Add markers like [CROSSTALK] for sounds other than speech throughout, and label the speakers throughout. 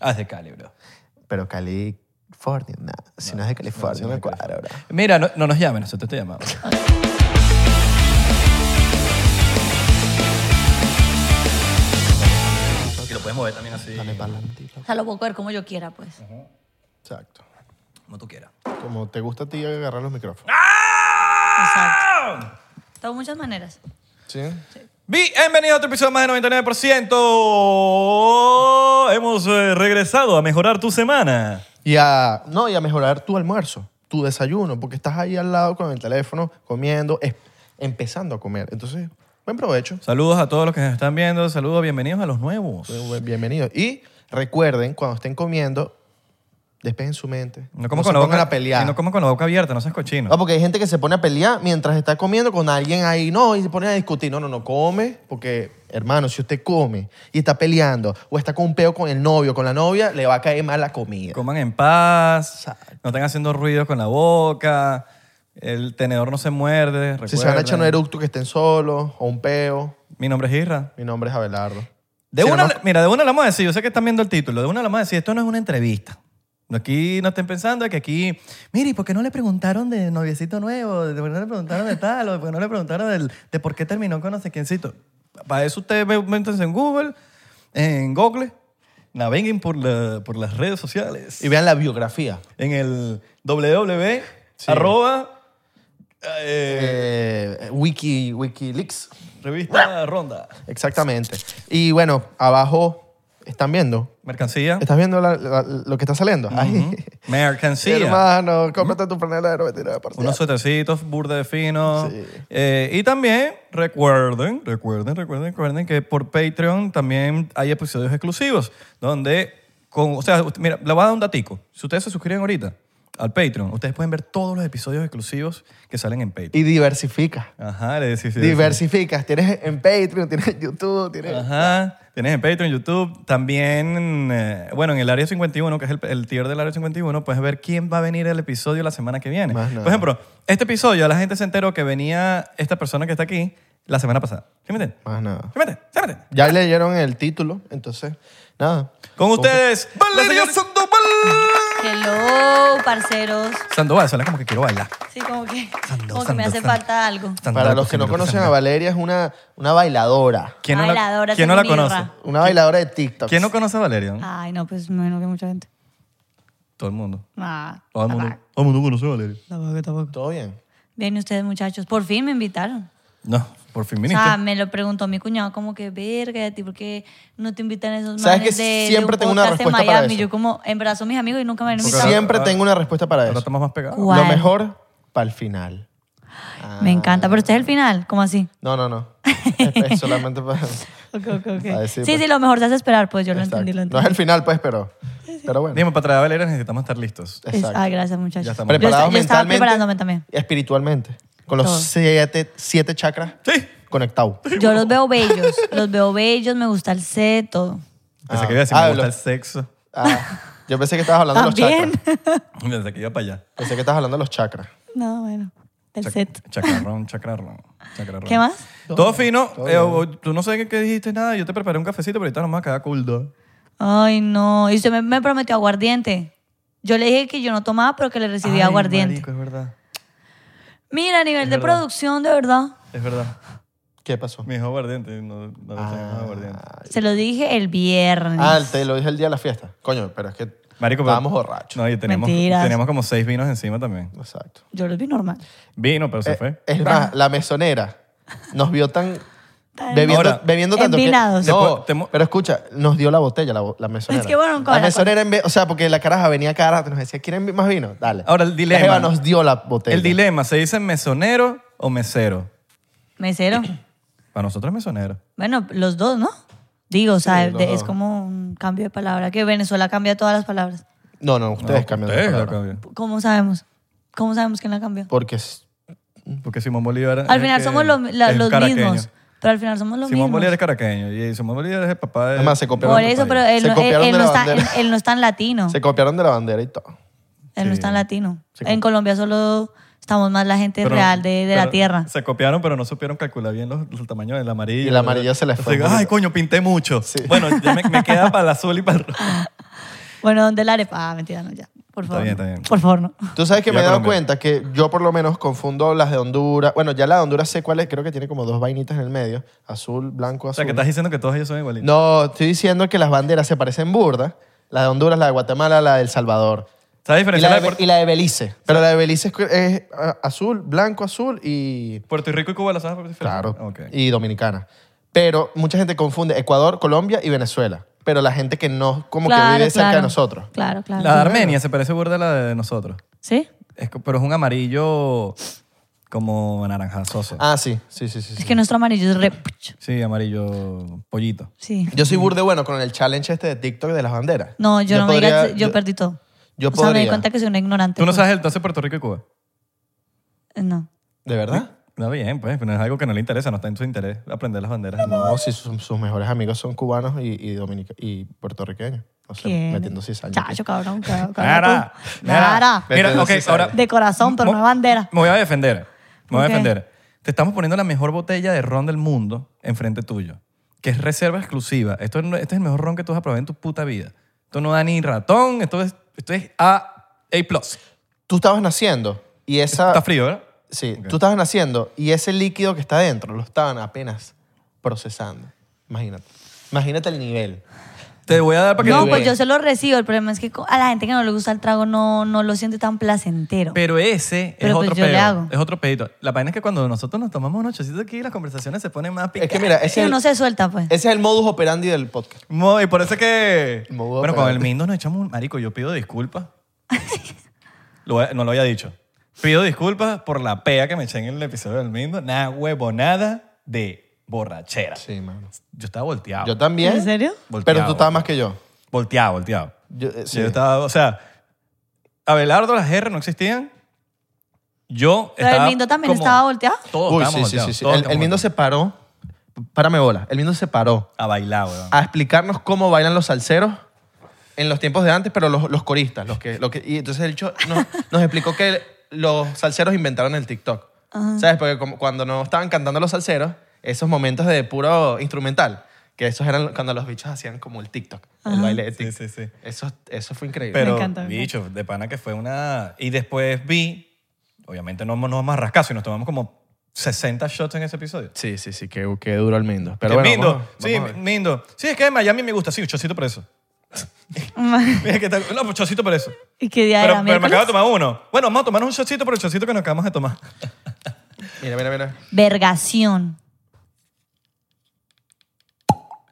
Speaker 1: Ah, es de Cali, bro.
Speaker 2: Pero California, no. Si no, es de California, no, me cuadra, bro.
Speaker 1: Mira, no, no nos llamen, nosotros te llamamos. Y lo puedes mover también así,
Speaker 2: Dale pa'lante, loco.
Speaker 3: O sea, lo puedo coger como yo quiera, pues.
Speaker 2: Exacto.
Speaker 1: como tú quieras.
Speaker 2: Como te gusta a ti agarrar los micrófonos.
Speaker 1: ¡Ah!
Speaker 3: Exacto. De muchas maneras.
Speaker 2: ¿Sí?
Speaker 1: Bienvenidos a otro episodio más de 99%. Hemos eh, regresado a mejorar tu semana.
Speaker 2: Y a, no, y a mejorar tu almuerzo, tu desayuno, porque estás ahí al lado con el teléfono, comiendo, es- empezando a comer. Entonces, buen provecho.
Speaker 1: Saludos a todos los que nos están viendo. Saludos, bienvenidos a los nuevos.
Speaker 2: Bienvenido. Y recuerden, cuando estén comiendo, despejen su mente.
Speaker 1: No como
Speaker 2: se
Speaker 1: con la
Speaker 2: pongan
Speaker 1: boca
Speaker 2: a pelear.
Speaker 1: y No como con la boca abierta, no seas cochino.
Speaker 2: No, porque hay gente que se pone a pelear mientras está comiendo con alguien ahí, no, y se pone a discutir. No, no, no, come, porque, hermano, si usted come y está peleando o está con un peo con el novio, con la novia, le va a caer mal la comida.
Speaker 1: Coman en paz.
Speaker 2: Exacto.
Speaker 1: No estén haciendo ruidos con la boca. El tenedor no se muerde.
Speaker 2: si se van a echar un
Speaker 1: recuerden.
Speaker 2: eructo que estén solos o un peo,
Speaker 1: Mi nombre es Isra.
Speaker 2: mi nombre es Abelardo.
Speaker 1: De
Speaker 2: Si
Speaker 1: una,
Speaker 2: nomás-
Speaker 1: Mira, de una la vamos a decir, yo sé que están viendo el título, de una la vamos a decir, esto no es una entrevista. Aquí no estén pensando que aquí, mire, ¿y ¿por qué no le preguntaron de noviecito nuevo? ¿De por qué no le preguntaron de tal? ¿O por qué no le preguntaron del- de por qué terminó con no sé quiéncito? Para eso ustedes ve- métanse en Google, en Google, naveguen por, la- por las redes sociales,
Speaker 2: Y vean la biografía.
Speaker 1: en el www.
Speaker 2: Sí.
Speaker 1: arroba, eh,
Speaker 2: Eh, Wiki, Wikileaks.
Speaker 1: revista Ronda.
Speaker 2: Exactamente. Y bueno, abajo, ¿están viendo?
Speaker 1: Mercancía.
Speaker 2: ¿Estás viendo la- la- lo que está saliendo? Ay, [LAUGHS]
Speaker 1: Mercancía.
Speaker 2: Hermano, cómprate tu franela de 99%.
Speaker 1: Unos suetercitos burda de fino.
Speaker 2: Sí.
Speaker 1: Eh, y también recuerden, recuerden, recuerden, recuerden que por Patreon también hay episodios exclusivos donde, con, o sea, usted- mira, le voy a dar un datico. Si ustedes se suscriben ahorita al Patreon, ustedes pueden ver todos los episodios exclusivos que salen en Patreon.
Speaker 2: Y diversifica.
Speaker 1: Ajá, le decís.
Speaker 2: Diversificas. Tienes en Patreon, tienes en YouTube, tienes...
Speaker 1: Ajá. Tienes en Patreon, YouTube. También, eh, bueno, en el área 51, que es el, el tier del área 51, puedes ver quién va a venir el episodio la semana que viene.
Speaker 2: Más nada.
Speaker 1: Por ejemplo, este episodio la gente se enteró que venía esta persona que está aquí la semana pasada. ¿Sí me entiendes?
Speaker 2: Más nada.
Speaker 1: ¿Sí me entiendes? ¿Sí me entiendes?
Speaker 2: Ya leyeron el título, entonces, nada.
Speaker 1: Con ustedes, Valeria Sandoval.
Speaker 3: Hello, parceros.
Speaker 1: Sandoval, suena como que quiero bailar.
Speaker 3: Sí, como que,
Speaker 1: Sando,
Speaker 3: como que
Speaker 1: sando,
Speaker 3: me hace
Speaker 1: sando.
Speaker 3: falta algo.
Speaker 1: Sandoval,
Speaker 2: Para los que no
Speaker 1: Sandoval,
Speaker 2: conocen a
Speaker 1: Sandoval.
Speaker 2: Valeria, es una, una bailadora.
Speaker 1: ¿Quién no la,
Speaker 3: Bailadora,
Speaker 1: ¿quién no la
Speaker 3: tengo mi
Speaker 1: conoce?
Speaker 3: ra.
Speaker 2: Una bailadora de TikTok.
Speaker 1: ¿Quién no conoce a Valeria?
Speaker 3: Ay, no, pues menos que mucha gente.
Speaker 1: Todo el mundo.
Speaker 3: Ah,
Speaker 1: Todo el mundo, todo el mundo conoce a Valeria.
Speaker 2: ¿Todo bien?
Speaker 3: Bien, ¿y ustedes, muchachos. Por fin me invitaron.
Speaker 1: No, por fin
Speaker 3: O sea,
Speaker 1: viniste.
Speaker 3: me lo preguntó mi cuñado, como que, verga, ¿y a ti por qué no te invitan a esos
Speaker 2: ¿Sabes
Speaker 3: manes
Speaker 2: que
Speaker 3: de- de
Speaker 2: siempre
Speaker 3: un
Speaker 2: tengo una
Speaker 3: podcast en
Speaker 2: respuesta para
Speaker 3: Miami?
Speaker 2: eso?
Speaker 3: Yo como, embarazo a mis amigos y nunca me han invitado.
Speaker 2: Siempre tengo una respuesta para
Speaker 1: Ahora
Speaker 2: eso.
Speaker 1: estamos más pegados.
Speaker 3: ¿Cuál?
Speaker 2: Lo mejor para el final.
Speaker 3: Me encanta, pero este es el final, ¿cómo así?
Speaker 2: No, no, no. Es, es
Speaker 3: [LAUGHS]
Speaker 2: solamente para...
Speaker 3: Ok, ok, ok.
Speaker 2: Ah. A ver, sí,
Speaker 3: sí,
Speaker 2: pues.
Speaker 3: sí, lo mejor se hace esperar, pues yo lo entendí, lo
Speaker 2: Exacto. No
Speaker 3: entendí.
Speaker 2: es el final, pues, pero... Pero bueno.
Speaker 1: Dime, para traer a Valeria necesitamos estar listos.
Speaker 3: Es-
Speaker 2: Exacto.
Speaker 3: Ay, gracias, muchachos.
Speaker 1: Ya estamos.
Speaker 3: Yo,
Speaker 2: Preparados
Speaker 3: esta- yo estaba
Speaker 2: mentalmente.
Speaker 3: preparándome también.
Speaker 2: Espiritualmente. Con los
Speaker 3: Todo.
Speaker 2: siete, siete chakras
Speaker 1: Sí.
Speaker 2: conectados.
Speaker 3: Yo los veo
Speaker 2: [LAUGHS]
Speaker 3: bellos, los veo bellos, me gusta el set, todo.
Speaker 1: Pensé
Speaker 2: Ah,
Speaker 1: que iba a decir,
Speaker 2: ah,
Speaker 1: me gusta
Speaker 2: lo-
Speaker 1: el sexo.
Speaker 2: Ah, yo pensé que estabas hablando de los
Speaker 3: También.
Speaker 2: chakras.
Speaker 1: Pensé que iba para allá.
Speaker 2: Pensé que estabas hablando de los chakras.
Speaker 3: [LAUGHS] No, bueno, del
Speaker 1: Chac-
Speaker 3: set.
Speaker 1: Chacrarrón, chacrarrón, chacrarrón.
Speaker 3: ¿Qué más?
Speaker 1: Todo, fino. Eh, o- tú no sé qué, qué dijiste nada. Yo te preparé un cafecito, pero ahorita nomás queda culdo.
Speaker 3: Ay, no. Y usted me, me prometió aguardiente. Yo le dije que yo no tomaba, pero que le recibía aguardiente.
Speaker 1: es verdad.
Speaker 3: Mira, a nivel de
Speaker 1: verdad.
Speaker 3: producción, de verdad.
Speaker 1: Es verdad.
Speaker 2: ¿Qué pasó?
Speaker 1: Mi hijo aguardiente. No, no le tenemos aguardiente.
Speaker 3: Se lo dije el viernes.
Speaker 2: Ah, te lo dije el día de la fiesta. Coño, pero es que
Speaker 1: Marico, pero-
Speaker 2: estábamos borrachos.
Speaker 1: No, y tenemos,
Speaker 3: Mentiras.
Speaker 1: tenemos como seis vinos encima también.
Speaker 2: Exacto.
Speaker 3: Yo lo vi normal.
Speaker 1: Vino, pero se fue.
Speaker 2: Es más, la mesonera nos vio tan... Bebiendo,
Speaker 1: Ahora-
Speaker 2: bebiendo tanto que,
Speaker 3: Envinados.
Speaker 2: no,
Speaker 1: Te po- te-
Speaker 2: pero escucha, nos dio la botella la, bo- la mesonera.
Speaker 3: Es que bueno,
Speaker 2: la
Speaker 3: cola,
Speaker 2: mesonera, en vez- o sea, porque la caraja venía cada rato y nos decía, ¿quieren más vino? Dale.
Speaker 1: Ahora, el dilema.
Speaker 2: La jeva nos dio la botella.
Speaker 1: El dilema, ¿se dice mesonero o mesero?
Speaker 2: [CLEARS THROAT]
Speaker 3: Mesero.
Speaker 1: Para nosotros es mesonero.
Speaker 3: Bueno, los dos, ¿no? Digo, o sea,
Speaker 2: Sí, los
Speaker 3: de- es
Speaker 2: dos.
Speaker 3: como un cambio de palabra. Que Venezuela cambia todas las palabras.
Speaker 2: No, no, ustedes
Speaker 1: No,
Speaker 2: cambian de
Speaker 1: ustedes
Speaker 2: palabra.
Speaker 1: lo cambian.
Speaker 3: ¿Cómo sabemos? ¿Cómo sabemos quién la cambió?
Speaker 2: Porque es-
Speaker 1: Porque Simón Bolívar. [LAUGHS] es
Speaker 3: Al final
Speaker 1: que-
Speaker 3: somos lo- la-
Speaker 1: es
Speaker 3: los
Speaker 1: caraqueño.
Speaker 3: mismos. Pero al final somos los
Speaker 1: Simón
Speaker 3: mismos.
Speaker 1: Bolívar es caraqueño y Simón Bolívar es el papá de...
Speaker 2: Además, se copiaron
Speaker 3: Por
Speaker 2: de
Speaker 3: eso,
Speaker 2: país.
Speaker 3: pero él,
Speaker 2: Se
Speaker 3: no- él-
Speaker 2: copiaron
Speaker 3: él no
Speaker 2: de la
Speaker 3: está, él,
Speaker 2: bandera.
Speaker 3: él no es tan latino.
Speaker 2: se copiaron de la bandera y todo.
Speaker 3: él no es tan latino.
Speaker 2: Se
Speaker 3: en Colombia solo estamos más la gente
Speaker 1: Pero-
Speaker 3: real de, de la
Speaker 1: pero
Speaker 3: tierra.
Speaker 1: Se copiaron, pero no supieron calcular bien los, los tamaños del amarillo.
Speaker 2: Y el amarillo se les fue
Speaker 1: Así que,
Speaker 2: un
Speaker 1: Ay,
Speaker 2: poquito".
Speaker 1: coño, pinté mucho.
Speaker 2: Sí. [LAUGHS]
Speaker 1: Bueno, ya me, me queda para el azul y para el rojo.
Speaker 3: Bueno, ¿dónde la arepa? Ah, mentira, no, ya. Por favor.
Speaker 1: bien,
Speaker 3: no.
Speaker 1: está bien.
Speaker 3: Por favor, no.
Speaker 2: Tú sabes que
Speaker 1: Ya
Speaker 2: me he dado
Speaker 1: Colombia.
Speaker 2: cuenta que yo por lo menos confundo las de Honduras. Bueno, ya la de Honduras sé cuál es, creo que tiene como dos vainitas en el medio, azul, blanco,
Speaker 1: O
Speaker 2: azul.
Speaker 1: sea, que estás diciendo que todos ellos son igualitos.
Speaker 2: No, estoy diciendo que las banderas se parecen burdas. La de Honduras, la de Guatemala, la de El Salvador.
Speaker 1: ¿Sabes
Speaker 2: Y
Speaker 1: diferenciar
Speaker 2: la
Speaker 1: la
Speaker 2: de,
Speaker 1: de Puerto,
Speaker 2: y la de Belice. Pero la de Belice es, es, ah, azul, blanco, azul y...
Speaker 1: Puerto Rico y Cuba? ¿La sabes diferenciar?
Speaker 2: Claro.
Speaker 1: Ok.
Speaker 2: Y dominicana. Pero mucha gente confunde Ecuador, Colombia y Venezuela. Pero la gente que no, como que vive cerca de nosotros.
Speaker 3: Claro, claro.
Speaker 1: La de Armenia se parece burda a la de nosotros.
Speaker 3: ¿Sí?
Speaker 1: Es co- pero es un amarillo como anaranjazoso.
Speaker 2: Ah, sí, sí, sí, sí. sí.
Speaker 3: Es que nuestro amarillo es re...
Speaker 1: Sí, amarillo pollito.
Speaker 3: Sí.
Speaker 2: Yo soy burde bueno con el challenge este de TikTok de las banderas.
Speaker 3: No, yo, no me
Speaker 2: podría-
Speaker 3: digas, yo, perdí todo.
Speaker 2: yo
Speaker 3: o sea, me di
Speaker 2: podría.
Speaker 3: cuenta que soy una ignorante.
Speaker 1: ¿Tú no
Speaker 3: pues.
Speaker 1: sabes el entonces Puerto Rico y Cuba?
Speaker 3: No.
Speaker 2: ¿De verdad?
Speaker 1: No, bien, pues, pero es algo que no le interesa, no está en su interés aprender las banderas.
Speaker 2: No, si sus, sus mejores amigos son cubanos y, y, dominica- y puertorriqueños. O sea,
Speaker 3: ¿Quién?
Speaker 2: metiendo cizaña.
Speaker 3: Chacho, cabrón.
Speaker 2: [LAUGHS]
Speaker 3: cabrón, cabrón
Speaker 1: Nada,
Speaker 3: tú. Nada.
Speaker 2: Vete,
Speaker 1: Mira, ok,
Speaker 2: sí,
Speaker 1: ahora.
Speaker 3: De corazón, pero no
Speaker 1: Mo-
Speaker 3: es bandera.
Speaker 1: Me voy a defender. Me voy
Speaker 3: Ok.
Speaker 1: a defender. Te estamos poniendo la mejor botella de ron del mundo enfrente tuyo, que es reserva exclusiva. Esto, no- este es el mejor ron que tú vas a probar en tu puta vida. Esto no da ni ratón, esto es, esto es A, A+.
Speaker 2: Tú estabas naciendo y esa...
Speaker 1: Está frío, ¿verdad?
Speaker 2: Sí,
Speaker 1: Ok.
Speaker 2: tú estabas naciendo y ese líquido que está dentro lo estaban apenas procesando. Imagínate. Imagínate el nivel.
Speaker 1: Te voy a dar para que...
Speaker 3: No,
Speaker 2: ve.
Speaker 3: pues yo se lo recibo. El problema es que co- a la gente que no le gusta el trago no, no lo siente tan placentero.
Speaker 1: Pero ese
Speaker 3: Pero,
Speaker 1: es
Speaker 3: pues,
Speaker 1: otro
Speaker 3: yo le
Speaker 1: pedo.
Speaker 3: hago.
Speaker 1: Es otro pedito. La vaina es que cuando nosotros nos tomamos unos chocitos aquí, las conversaciones se ponen más
Speaker 2: Es
Speaker 1: picantes.
Speaker 2: que mira, ese
Speaker 3: Si
Speaker 2: es, el,
Speaker 3: uno se suelta, pues.
Speaker 2: ese es el modus operandi del podcast.
Speaker 1: Mo- Y por eso es que...
Speaker 2: Modo
Speaker 1: bueno, con el
Speaker 2: operandi.
Speaker 1: Mindo nos echamos un marico. Yo pido disculpas. Lo voy a- no lo había dicho. Pido disculpas por la pea que me eché en el episodio del Mindo. Nada huevonada de borrachera.
Speaker 2: Sí, mano.
Speaker 1: Yo estaba volteado.
Speaker 2: Yo también.
Speaker 3: ¿En serio?
Speaker 2: Pero
Speaker 1: Volteado.
Speaker 2: tú estabas más que yo.
Speaker 1: Volteado, volteado.
Speaker 2: Yo, eh, sí.
Speaker 1: Yo estaba... O sea, Abelardo, las R no existían. Yo
Speaker 3: Pero
Speaker 1: estaba
Speaker 3: el lindo también
Speaker 1: como-
Speaker 3: estaba volteado.
Speaker 1: Todos
Speaker 2: Uy,
Speaker 1: estábamos
Speaker 2: sí, sí,
Speaker 1: volteados,
Speaker 2: sí, sí.
Speaker 1: todos
Speaker 2: El,
Speaker 1: estábamos
Speaker 2: el Mindo
Speaker 1: volteados.
Speaker 2: se paró. Párame bola. El Mindo se paró
Speaker 1: A bailar,
Speaker 2: [LAUGHS]
Speaker 1: weón.
Speaker 2: a explicarnos cómo bailan los salseros en los tiempos de antes, pero los, los coristas. Los que, los que, y entonces el cho- nos, nos explicó que los salseros inventaron el TikTok. ¿Sabes? Porque como cuando no estaban cantando los salseros, esos momentos de puro instrumental, que esos eran cuando los bichos hacían como el TikTok, el baile de
Speaker 1: Sí,
Speaker 2: TikTok.
Speaker 1: sí, sí.
Speaker 2: Eso, eso fue increíble.
Speaker 1: Pero,
Speaker 3: encanta, me
Speaker 1: bicho, de pana que fue una... Y después vi, obviamente no nos vamos a rascar, si nos tomamos como 60 shots en ese episodio.
Speaker 2: sí, sí, sí, qué, qué duro el Mindo.
Speaker 1: Que
Speaker 2: Pero bueno,
Speaker 1: Mindo,
Speaker 2: vamos-
Speaker 1: sí,
Speaker 2: vamos a ver.
Speaker 1: Mindo. Sí, es que en Miami me gusta. Sí, un chocito por eso. [LAUGHS] Mira, ¿qué tal? No, pues chocito por eso.
Speaker 3: [LAUGHS] ¿Y qué día
Speaker 1: Pero,
Speaker 3: era?
Speaker 1: pero me acabo de
Speaker 3: ¿Miércoles?
Speaker 1: tomar uno. Bueno, vamos a tomar un chocito por el chocito que nos acabamos de tomar.
Speaker 2: Mira, mira, mira.
Speaker 3: Vergación.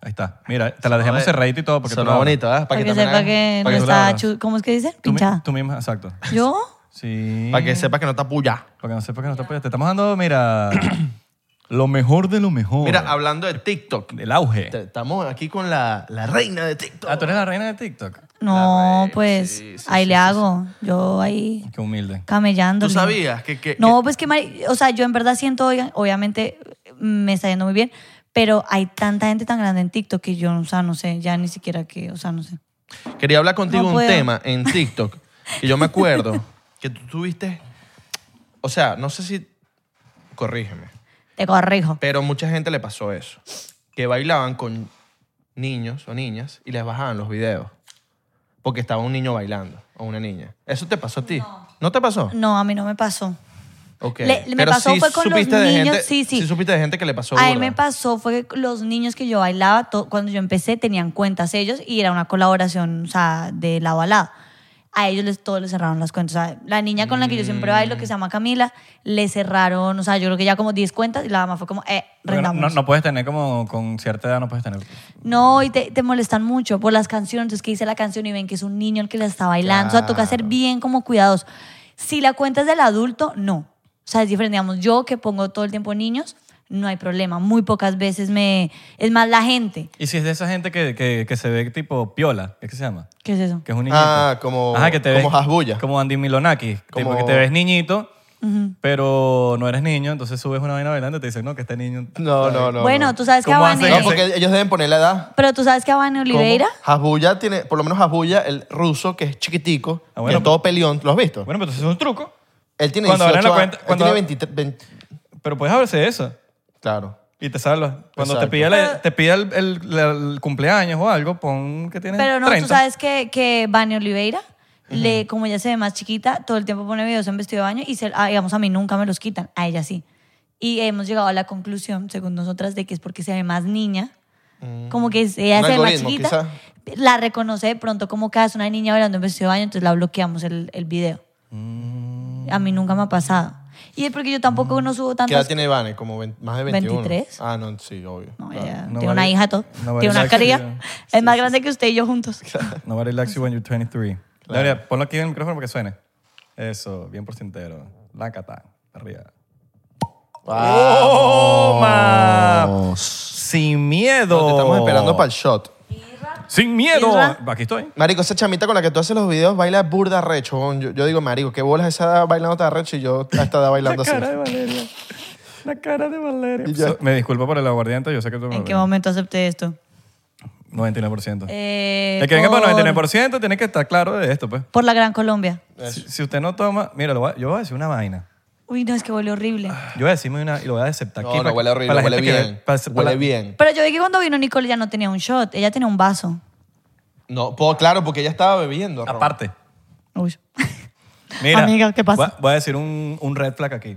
Speaker 1: Ahí está. Mira, te la dejamos
Speaker 2: Sonó-
Speaker 1: cerradita y todo. Porque tú
Speaker 2: Sonó
Speaker 1: la-
Speaker 2: bonito, ¿eh?
Speaker 3: Para que,
Speaker 2: también
Speaker 3: sepa
Speaker 2: hagas-
Speaker 3: que no
Speaker 1: para que tú la
Speaker 3: está...
Speaker 1: abras.
Speaker 3: chu- ¿Cómo es que dice?
Speaker 1: Tú, mi-
Speaker 3: Pinchada.
Speaker 1: tú misma, exacto.
Speaker 3: ¿Yo?
Speaker 1: Sí.
Speaker 2: Para que sepa que no está puya.
Speaker 1: Para que no sepa que no está apoyando. Te estamos dando, mira, [CLEARS THROAT] lo mejor de lo mejor.
Speaker 2: Mira, hablando de TikTok,
Speaker 1: el auge.
Speaker 2: Te- Estamos aquí con la, la reina de TikTok.
Speaker 1: Ah, tú eres la reina de TikTok.
Speaker 3: No,
Speaker 2: La re-
Speaker 3: pues
Speaker 2: sí, sí,
Speaker 3: ahí
Speaker 2: sí,
Speaker 3: le
Speaker 2: sí,
Speaker 3: hago. Yo ahí
Speaker 1: Qué humilde.
Speaker 3: camellando.
Speaker 2: ¿Tú sabías que, que-
Speaker 1: Eh,
Speaker 3: No, pues que, mari- o sea, yo en verdad siento, oigan, obviamente me está yendo muy bien, pero hay tanta gente tan grande en TikTok que yo, o sea, no sé, ya ni siquiera que, o sea, no sé.
Speaker 2: que- quería hablar contigo
Speaker 3: No
Speaker 2: un
Speaker 3: puedo.
Speaker 2: tema en TikTok
Speaker 3: [LAUGHS]
Speaker 2: que yo me acuerdo que tú tuviste, o sea, no sé si, corrígeme,
Speaker 3: Te corrijo.
Speaker 2: pero mucha gente le pasó eso, que bailaban con niños o niñas y les bajaban los videos porque estaba un niño bailando o una niña. ¿Eso te pasó a ti? ¿No, te pasó?
Speaker 3: No, a mí no me pasó.
Speaker 2: Ok.
Speaker 3: Le- me pasó fue con los
Speaker 2: supiste de
Speaker 3: niños,
Speaker 2: gente-
Speaker 3: sí, sí.
Speaker 2: supiste de gente que le pasó.
Speaker 3: A él
Speaker 2: burda.
Speaker 3: me pasó fue que los niños que yo bailaba, to- cuando yo empecé, tenían cuentas ellos y era una colaboración, o sea, de lado a lado. A ellos les, todos les cerraron las cuentas. O sea, la niña con la que yo siempre bailo,
Speaker 1: Mm.
Speaker 3: que se llama Camila, le cerraron, o sea, yo creo que ya como 10 cuentas y la mamá fue como, eh,
Speaker 1: Porque No,
Speaker 3: rentamos.
Speaker 1: no, no puedes tener como con cierta edad, no puedes tener.
Speaker 3: No, y te, te molestan mucho por las canciones. Entonces, que dice la canción y ven que es un niño el que la está bailando. O sea, toca ser
Speaker 2: Claro.
Speaker 3: bien como cuidados. Si la cuenta es del adulto, no. O sea, es diferente. Digamos, yo que pongo todo el tiempo niños, no hay problema. Muy pocas veces me... Es más, la gente.
Speaker 1: Y si es de esa gente que, que, que se ve tipo piola, ¿qué es que se llama?
Speaker 3: ¿Qué es eso?
Speaker 1: Que es un niñito.
Speaker 2: Ah, como- como jasbulla.
Speaker 1: Como Andy Milonaki. Tipo
Speaker 2: Como-
Speaker 1: que te ves niñito, pero no eres niño, entonces subes una vaina bailando y te dicen, no, que este niño.
Speaker 2: No, no, no.
Speaker 3: bueno,
Speaker 2: no.
Speaker 3: tú sabes que a
Speaker 1: ¿Cómo
Speaker 3: Vane-
Speaker 1: hacen
Speaker 2: No, porque ellos deben poner la edad.
Speaker 3: Pero tú sabes que a Vane Oliveira...
Speaker 2: ¿Cómo? Hasbulla tiene, por lo menos Hasbulla, el ruso, que es chiquitico,
Speaker 1: Ah, bueno,
Speaker 2: que es todo peleón, ¿lo has visto?
Speaker 1: Bueno, pero entonces es un truco.
Speaker 2: él tiene
Speaker 1: cuando abran
Speaker 2: 18
Speaker 1: la
Speaker 2: años,
Speaker 1: cuenta-
Speaker 2: él
Speaker 1: cuando-
Speaker 2: tiene 23, 20
Speaker 1: Pero puedes hablarse de eso.
Speaker 2: claro.
Speaker 1: Y Y te salva. Cuando te
Speaker 2: Exacto.
Speaker 1: pida, la-
Speaker 3: Pero-
Speaker 1: te pida el, el- la- el cumpleaños o algo, pon que tienes
Speaker 3: Pero no,
Speaker 1: 30.
Speaker 3: tú sabes que, que Vane Oliveira, le, como ella se ve más chiquita, todo el tiempo pone videos en vestido de baño y, se, ah, digamos, a mí nunca me los quitan, a ella sí. Y hemos llegado a la conclusión, según nosotras, de que es porque se ve más niña. Como que es- ella
Speaker 2: Mm. Un
Speaker 3: se ve más
Speaker 2: algoritmo,
Speaker 3: chiquita. La reconoce de pronto como que es una niña bailando en vestido de baño, entonces la bloqueamos el, el video. A mí nunca me ha pasado. Y es porque yo tampoco no subo
Speaker 2: Mm. ¿Qué edad
Speaker 3: tantas...
Speaker 2: tiene Vane? Como vein- más de 21.
Speaker 3: 23.
Speaker 2: Ah, no, sí, obvio.
Speaker 3: No,
Speaker 2: Claro.
Speaker 3: ella
Speaker 1: No
Speaker 3: tiene
Speaker 1: vale-
Speaker 3: una hija, todo.
Speaker 1: no vale
Speaker 3: tiene una
Speaker 1: la
Speaker 3: cría.
Speaker 1: actividad.
Speaker 3: Es más grande que usted y yo juntos.
Speaker 1: Nobody likes you when you're 23. Daria, ponlo aquí en el micrófono porque suene. Eso, bien porcentero. La cata, arriba. ¡Toma! Sin miedo.
Speaker 2: Te estamos
Speaker 1: Oh.
Speaker 2: esperando para el shot.
Speaker 1: Sin miedo.
Speaker 3: Isra.
Speaker 1: Aquí estoy.
Speaker 2: Marico, esa chamita con la que tú haces los videos baila burda recho. weón. Yo, yo digo, marico, qué bolas esa edad bailando tan recho y yo a esta edad
Speaker 1: [LAUGHS]
Speaker 2: bailando así.
Speaker 1: de Valeria. La cara de Valeria.
Speaker 2: Y ya.
Speaker 1: So- me disculpo por el aguardiente, yo sé que tú me
Speaker 3: ¿En qué momento acepté esto?
Speaker 1: 99%.
Speaker 3: Eh,
Speaker 1: el que venga
Speaker 3: por,
Speaker 1: para el 99% tiene que estar claro de esto, pues.
Speaker 3: Por la Gran Colombia.
Speaker 1: Si, si usted no toma, mira, lo voy a- yo voy a decir una vaina.
Speaker 3: Uy, no, es que huele horrible.
Speaker 1: Yo voy a decirme una y lo voy a aceptar aquí.
Speaker 2: No, no,
Speaker 1: para-
Speaker 2: huele horrible,
Speaker 1: para la
Speaker 2: huele
Speaker 1: gente que ve-
Speaker 2: bien.
Speaker 1: para- para
Speaker 2: Huele
Speaker 1: la-
Speaker 2: bien.
Speaker 3: Pero yo vi que cuando vino Nicole ya no tenía un shot, ella tenía un vaso.
Speaker 2: No, po- claro, porque ella estaba bebiendo. ron.
Speaker 1: Aparte.
Speaker 3: Uy. [LAUGHS]
Speaker 1: Mira,
Speaker 3: Amiga, ¿qué pasa?
Speaker 1: Voy a, voy a decir un, un red flag aquí.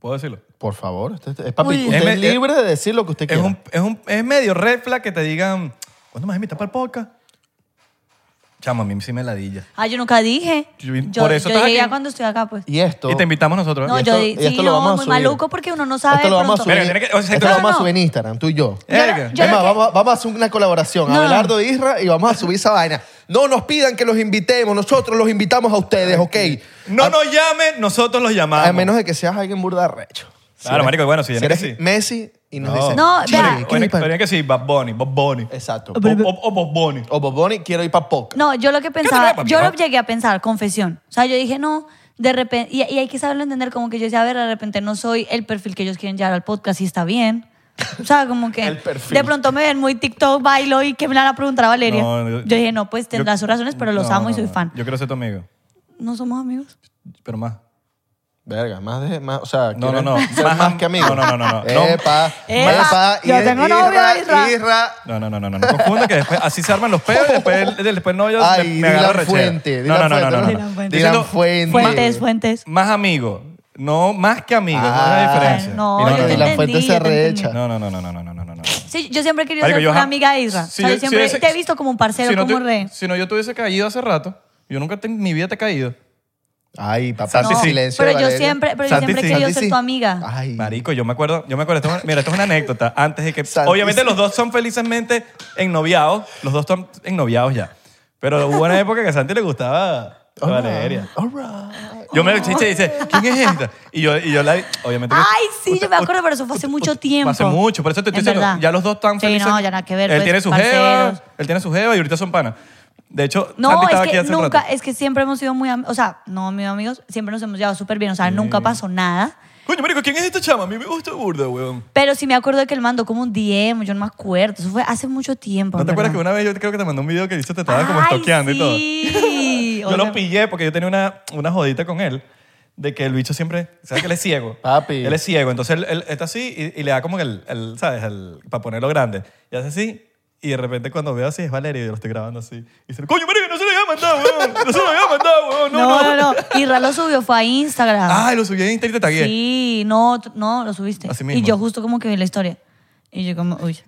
Speaker 1: ¿Puedo decirlo?
Speaker 2: Por favor, usted, es papi,
Speaker 3: Uy.
Speaker 2: usted
Speaker 1: Es
Speaker 2: es,
Speaker 1: me- es-
Speaker 2: libre de decir lo que usted
Speaker 1: Es,
Speaker 2: quiera.
Speaker 1: un, es, un- es medio red flag que te digan, ¿cuándo me vas a invitar para el podcast? Chamo, a mí sí me ladilla.
Speaker 3: Ah, yo nunca dije.
Speaker 1: Yo-
Speaker 3: Yo,
Speaker 1: por eso
Speaker 3: yo
Speaker 1: estás aquí.
Speaker 3: dije ya cuando estoy acá, pues.
Speaker 2: Y esto.
Speaker 1: Y te invitamos nosotros.
Speaker 3: No,
Speaker 2: y
Speaker 3: yo
Speaker 2: esto-
Speaker 3: di-
Speaker 2: y
Speaker 3: sí,
Speaker 2: esto lo
Speaker 3: no,
Speaker 2: vamos a
Speaker 3: muy
Speaker 2: subir.
Speaker 3: maluco porque uno no sabe
Speaker 2: Esto lo
Speaker 3: de
Speaker 2: vamos a
Speaker 3: pronto.
Speaker 2: subir.
Speaker 1: Mira, tiene que- o sea, Eh.
Speaker 2: esto
Speaker 1: no,
Speaker 2: lo vamos
Speaker 3: no.
Speaker 2: a subir en Instagram, tú y yo.
Speaker 3: Yo no-
Speaker 1: Erga.
Speaker 3: yo
Speaker 2: es
Speaker 3: no-
Speaker 2: más, vamos, vamos a hacer una colaboración.
Speaker 3: No.
Speaker 2: Abelardo e Isra y vamos a subir esa vaina. No nos pidan que los invitemos, nosotros los invitamos a ustedes, ¿ok?
Speaker 1: No nos llamen, nosotros los llamamos.
Speaker 2: A menos de que seas alguien burda recho.
Speaker 1: Claro, marico, bueno, si viene
Speaker 2: eres
Speaker 1: que sí.
Speaker 2: Messi y nos
Speaker 1: No.
Speaker 2: dicen,
Speaker 3: No,
Speaker 2: "Quiero
Speaker 3: vea.
Speaker 2: ir, quiero
Speaker 1: Bueno,
Speaker 2: ir pa-
Speaker 1: pero es que sí, Bob Bunny, Bob Bunny.
Speaker 2: Exacto.
Speaker 1: O, o- o Bob Bunny.
Speaker 2: O Boboni, quiero ir para Poca.
Speaker 3: No, yo lo que
Speaker 1: te
Speaker 3: pensaba,
Speaker 1: pasa,
Speaker 3: yo
Speaker 1: papá?
Speaker 3: lo llegué a pensar, confesión. O sea, yo dije, no, de repente, y, y hay que saberlo entender, como que yo decía, a ver, de repente no soy el perfil que ellos quieren llevar al podcast y está bien. O sea, como
Speaker 1: [LAUGHS]
Speaker 3: que
Speaker 2: El perfil.
Speaker 3: de pronto me ven muy TikTok, bailo y que me la van a preguntar a Valeria.
Speaker 1: No,
Speaker 3: yo, dije, no, pues tendrá
Speaker 1: yo-
Speaker 3: sus razones, pero los
Speaker 1: No,
Speaker 3: amo y
Speaker 1: no,
Speaker 3: soy
Speaker 1: no.
Speaker 3: fan.
Speaker 1: Yo quiero ser tu amigo,
Speaker 3: No somos amigos.
Speaker 1: pero más.
Speaker 2: Verga, más de. Más, o sea,
Speaker 1: No, no,
Speaker 2: ¿quieren
Speaker 1: no.
Speaker 2: ser Más,
Speaker 1: Más- Eh,
Speaker 2: que amigos.
Speaker 1: no, no, no, no, no. No.
Speaker 2: Epa,
Speaker 3: Epa,
Speaker 2: epa.
Speaker 3: yo tengo novio, Isra.
Speaker 1: No, no, no, no, no, no confunda que después así se arman los pedos y después, el- después el novio me-
Speaker 2: Ay,
Speaker 1: me agarra
Speaker 2: Dylan
Speaker 1: rechera.
Speaker 2: Fuente.
Speaker 1: No, no,
Speaker 2: Dylan
Speaker 1: no, no, no, no.
Speaker 2: Fuente.
Speaker 3: Dylan Fuente.
Speaker 1: Diciendo
Speaker 2: Dylan Fuente.
Speaker 3: Fuentes, fuentes.
Speaker 1: Más amigos, no más que amigos, no hay
Speaker 2: Ah,
Speaker 1: diferencia.
Speaker 3: no,
Speaker 1: Mira,
Speaker 2: No,
Speaker 3: yo
Speaker 2: no,
Speaker 3: te
Speaker 2: Dylan
Speaker 3: entendí,
Speaker 2: Fuente
Speaker 3: yo
Speaker 2: se
Speaker 3: te entendí.
Speaker 2: recha.
Speaker 1: No, no, no, no, no, no, no, no, no, no.
Speaker 3: Sí, yo siempre he querido
Speaker 1: Marico,
Speaker 3: ser
Speaker 1: yo
Speaker 3: una
Speaker 1: jam-
Speaker 3: amiga de Isra.
Speaker 1: Si
Speaker 3: o sea, yo
Speaker 1: yo- si
Speaker 3: siempre
Speaker 1: hubiese-
Speaker 3: te he visto como un parcero,
Speaker 1: Si no,
Speaker 3: como
Speaker 1: te-
Speaker 3: un rey.
Speaker 1: si no, yo te hubiese caído hace rato. Yo nunca te- en mi vida te he caído.
Speaker 2: Ay, papá,
Speaker 1: Santi,
Speaker 2: no,
Speaker 1: sí.
Speaker 2: silencio.
Speaker 3: pero
Speaker 2: de
Speaker 3: yo
Speaker 2: Valeria.
Speaker 3: siempre, pero yo
Speaker 1: Santi,
Speaker 3: siempre he
Speaker 1: sí.
Speaker 3: querido
Speaker 2: Santi,
Speaker 3: ser
Speaker 2: sí.
Speaker 3: tu amiga.
Speaker 2: Ay,
Speaker 1: Marico, yo me acuerdo, yo me acuerdo, esto es una- mira, esto es una anécdota. Antes de que,
Speaker 2: [LAUGHS] Santísimo.
Speaker 1: obviamente los dos son felizmente ennoviados, los dos están ennoviados ya. Pero hubo una época que a Santi le gustaba a Valeria.
Speaker 2: All right.
Speaker 1: Yo me lo chiste y dice, ¿quién es esta? Y yo, y yo la, obviamente. que-
Speaker 3: Ay, sí, yo
Speaker 1: Usted-
Speaker 3: me acuerdo, pero eso fue hace
Speaker 1: usted-
Speaker 3: mucho
Speaker 1: usted-
Speaker 3: tiempo.
Speaker 1: Hace mucho, por eso te estoy
Speaker 3: En
Speaker 1: diciendo,
Speaker 3: verdad.
Speaker 1: ya los dos están
Speaker 3: Sí,
Speaker 1: felices.
Speaker 3: no, ya nada que ver,
Speaker 1: Él
Speaker 3: pues,
Speaker 1: tiene su jeva,
Speaker 3: parceros.
Speaker 1: él tiene su jeva y ahorita son panas. De hecho, Santi
Speaker 3: No,
Speaker 1: estaba
Speaker 3: es
Speaker 1: aquí
Speaker 3: que
Speaker 1: hace
Speaker 3: nunca,
Speaker 1: rato.
Speaker 3: es que siempre hemos sido muy amigos, o sea, no muy amigos, siempre nos hemos llevado súper bien, o sea, nunca pasó nada.
Speaker 1: Coño, marico, ¿quién es esta chama? A mí me gusta burda, weón.
Speaker 3: Pero sí me acuerdo de que él mandó como un DM, yo no me acuerdo, eso fue hace mucho tiempo.
Speaker 1: ¿No
Speaker 3: en
Speaker 1: te acuerdas que
Speaker 3: verdad.
Speaker 1: una vez yo creo que te mandó un video que dice te estaba como estoqueando y todo?
Speaker 3: Ay, sí.
Speaker 1: [LAUGHS] Yo lo
Speaker 3: Oye,
Speaker 1: pillé porque yo tenía una, una jodita con él de que el bicho siempre, ¿sabes que él es ciego?
Speaker 2: Papi.
Speaker 1: Él es ciego, entonces él, él está así y, y le da como que el, el, ¿sabes? El, para ponerlo grande. Y hace así y de repente cuando veo así es Valeria y yo lo estoy grabando así. Y dice, coño, marico, no se lo había mandado, weón. No se lo había mandado, weón. No,
Speaker 3: No,
Speaker 1: no.
Speaker 3: no, no. Irra lo subió, fue a Instagram.
Speaker 1: Ah, y lo subí en Instagram y te tagué.
Speaker 3: sí, no, tú- no, lo subiste.
Speaker 1: Así mismo.
Speaker 3: Y yo justo como que vi la historia. Y yo como, uy.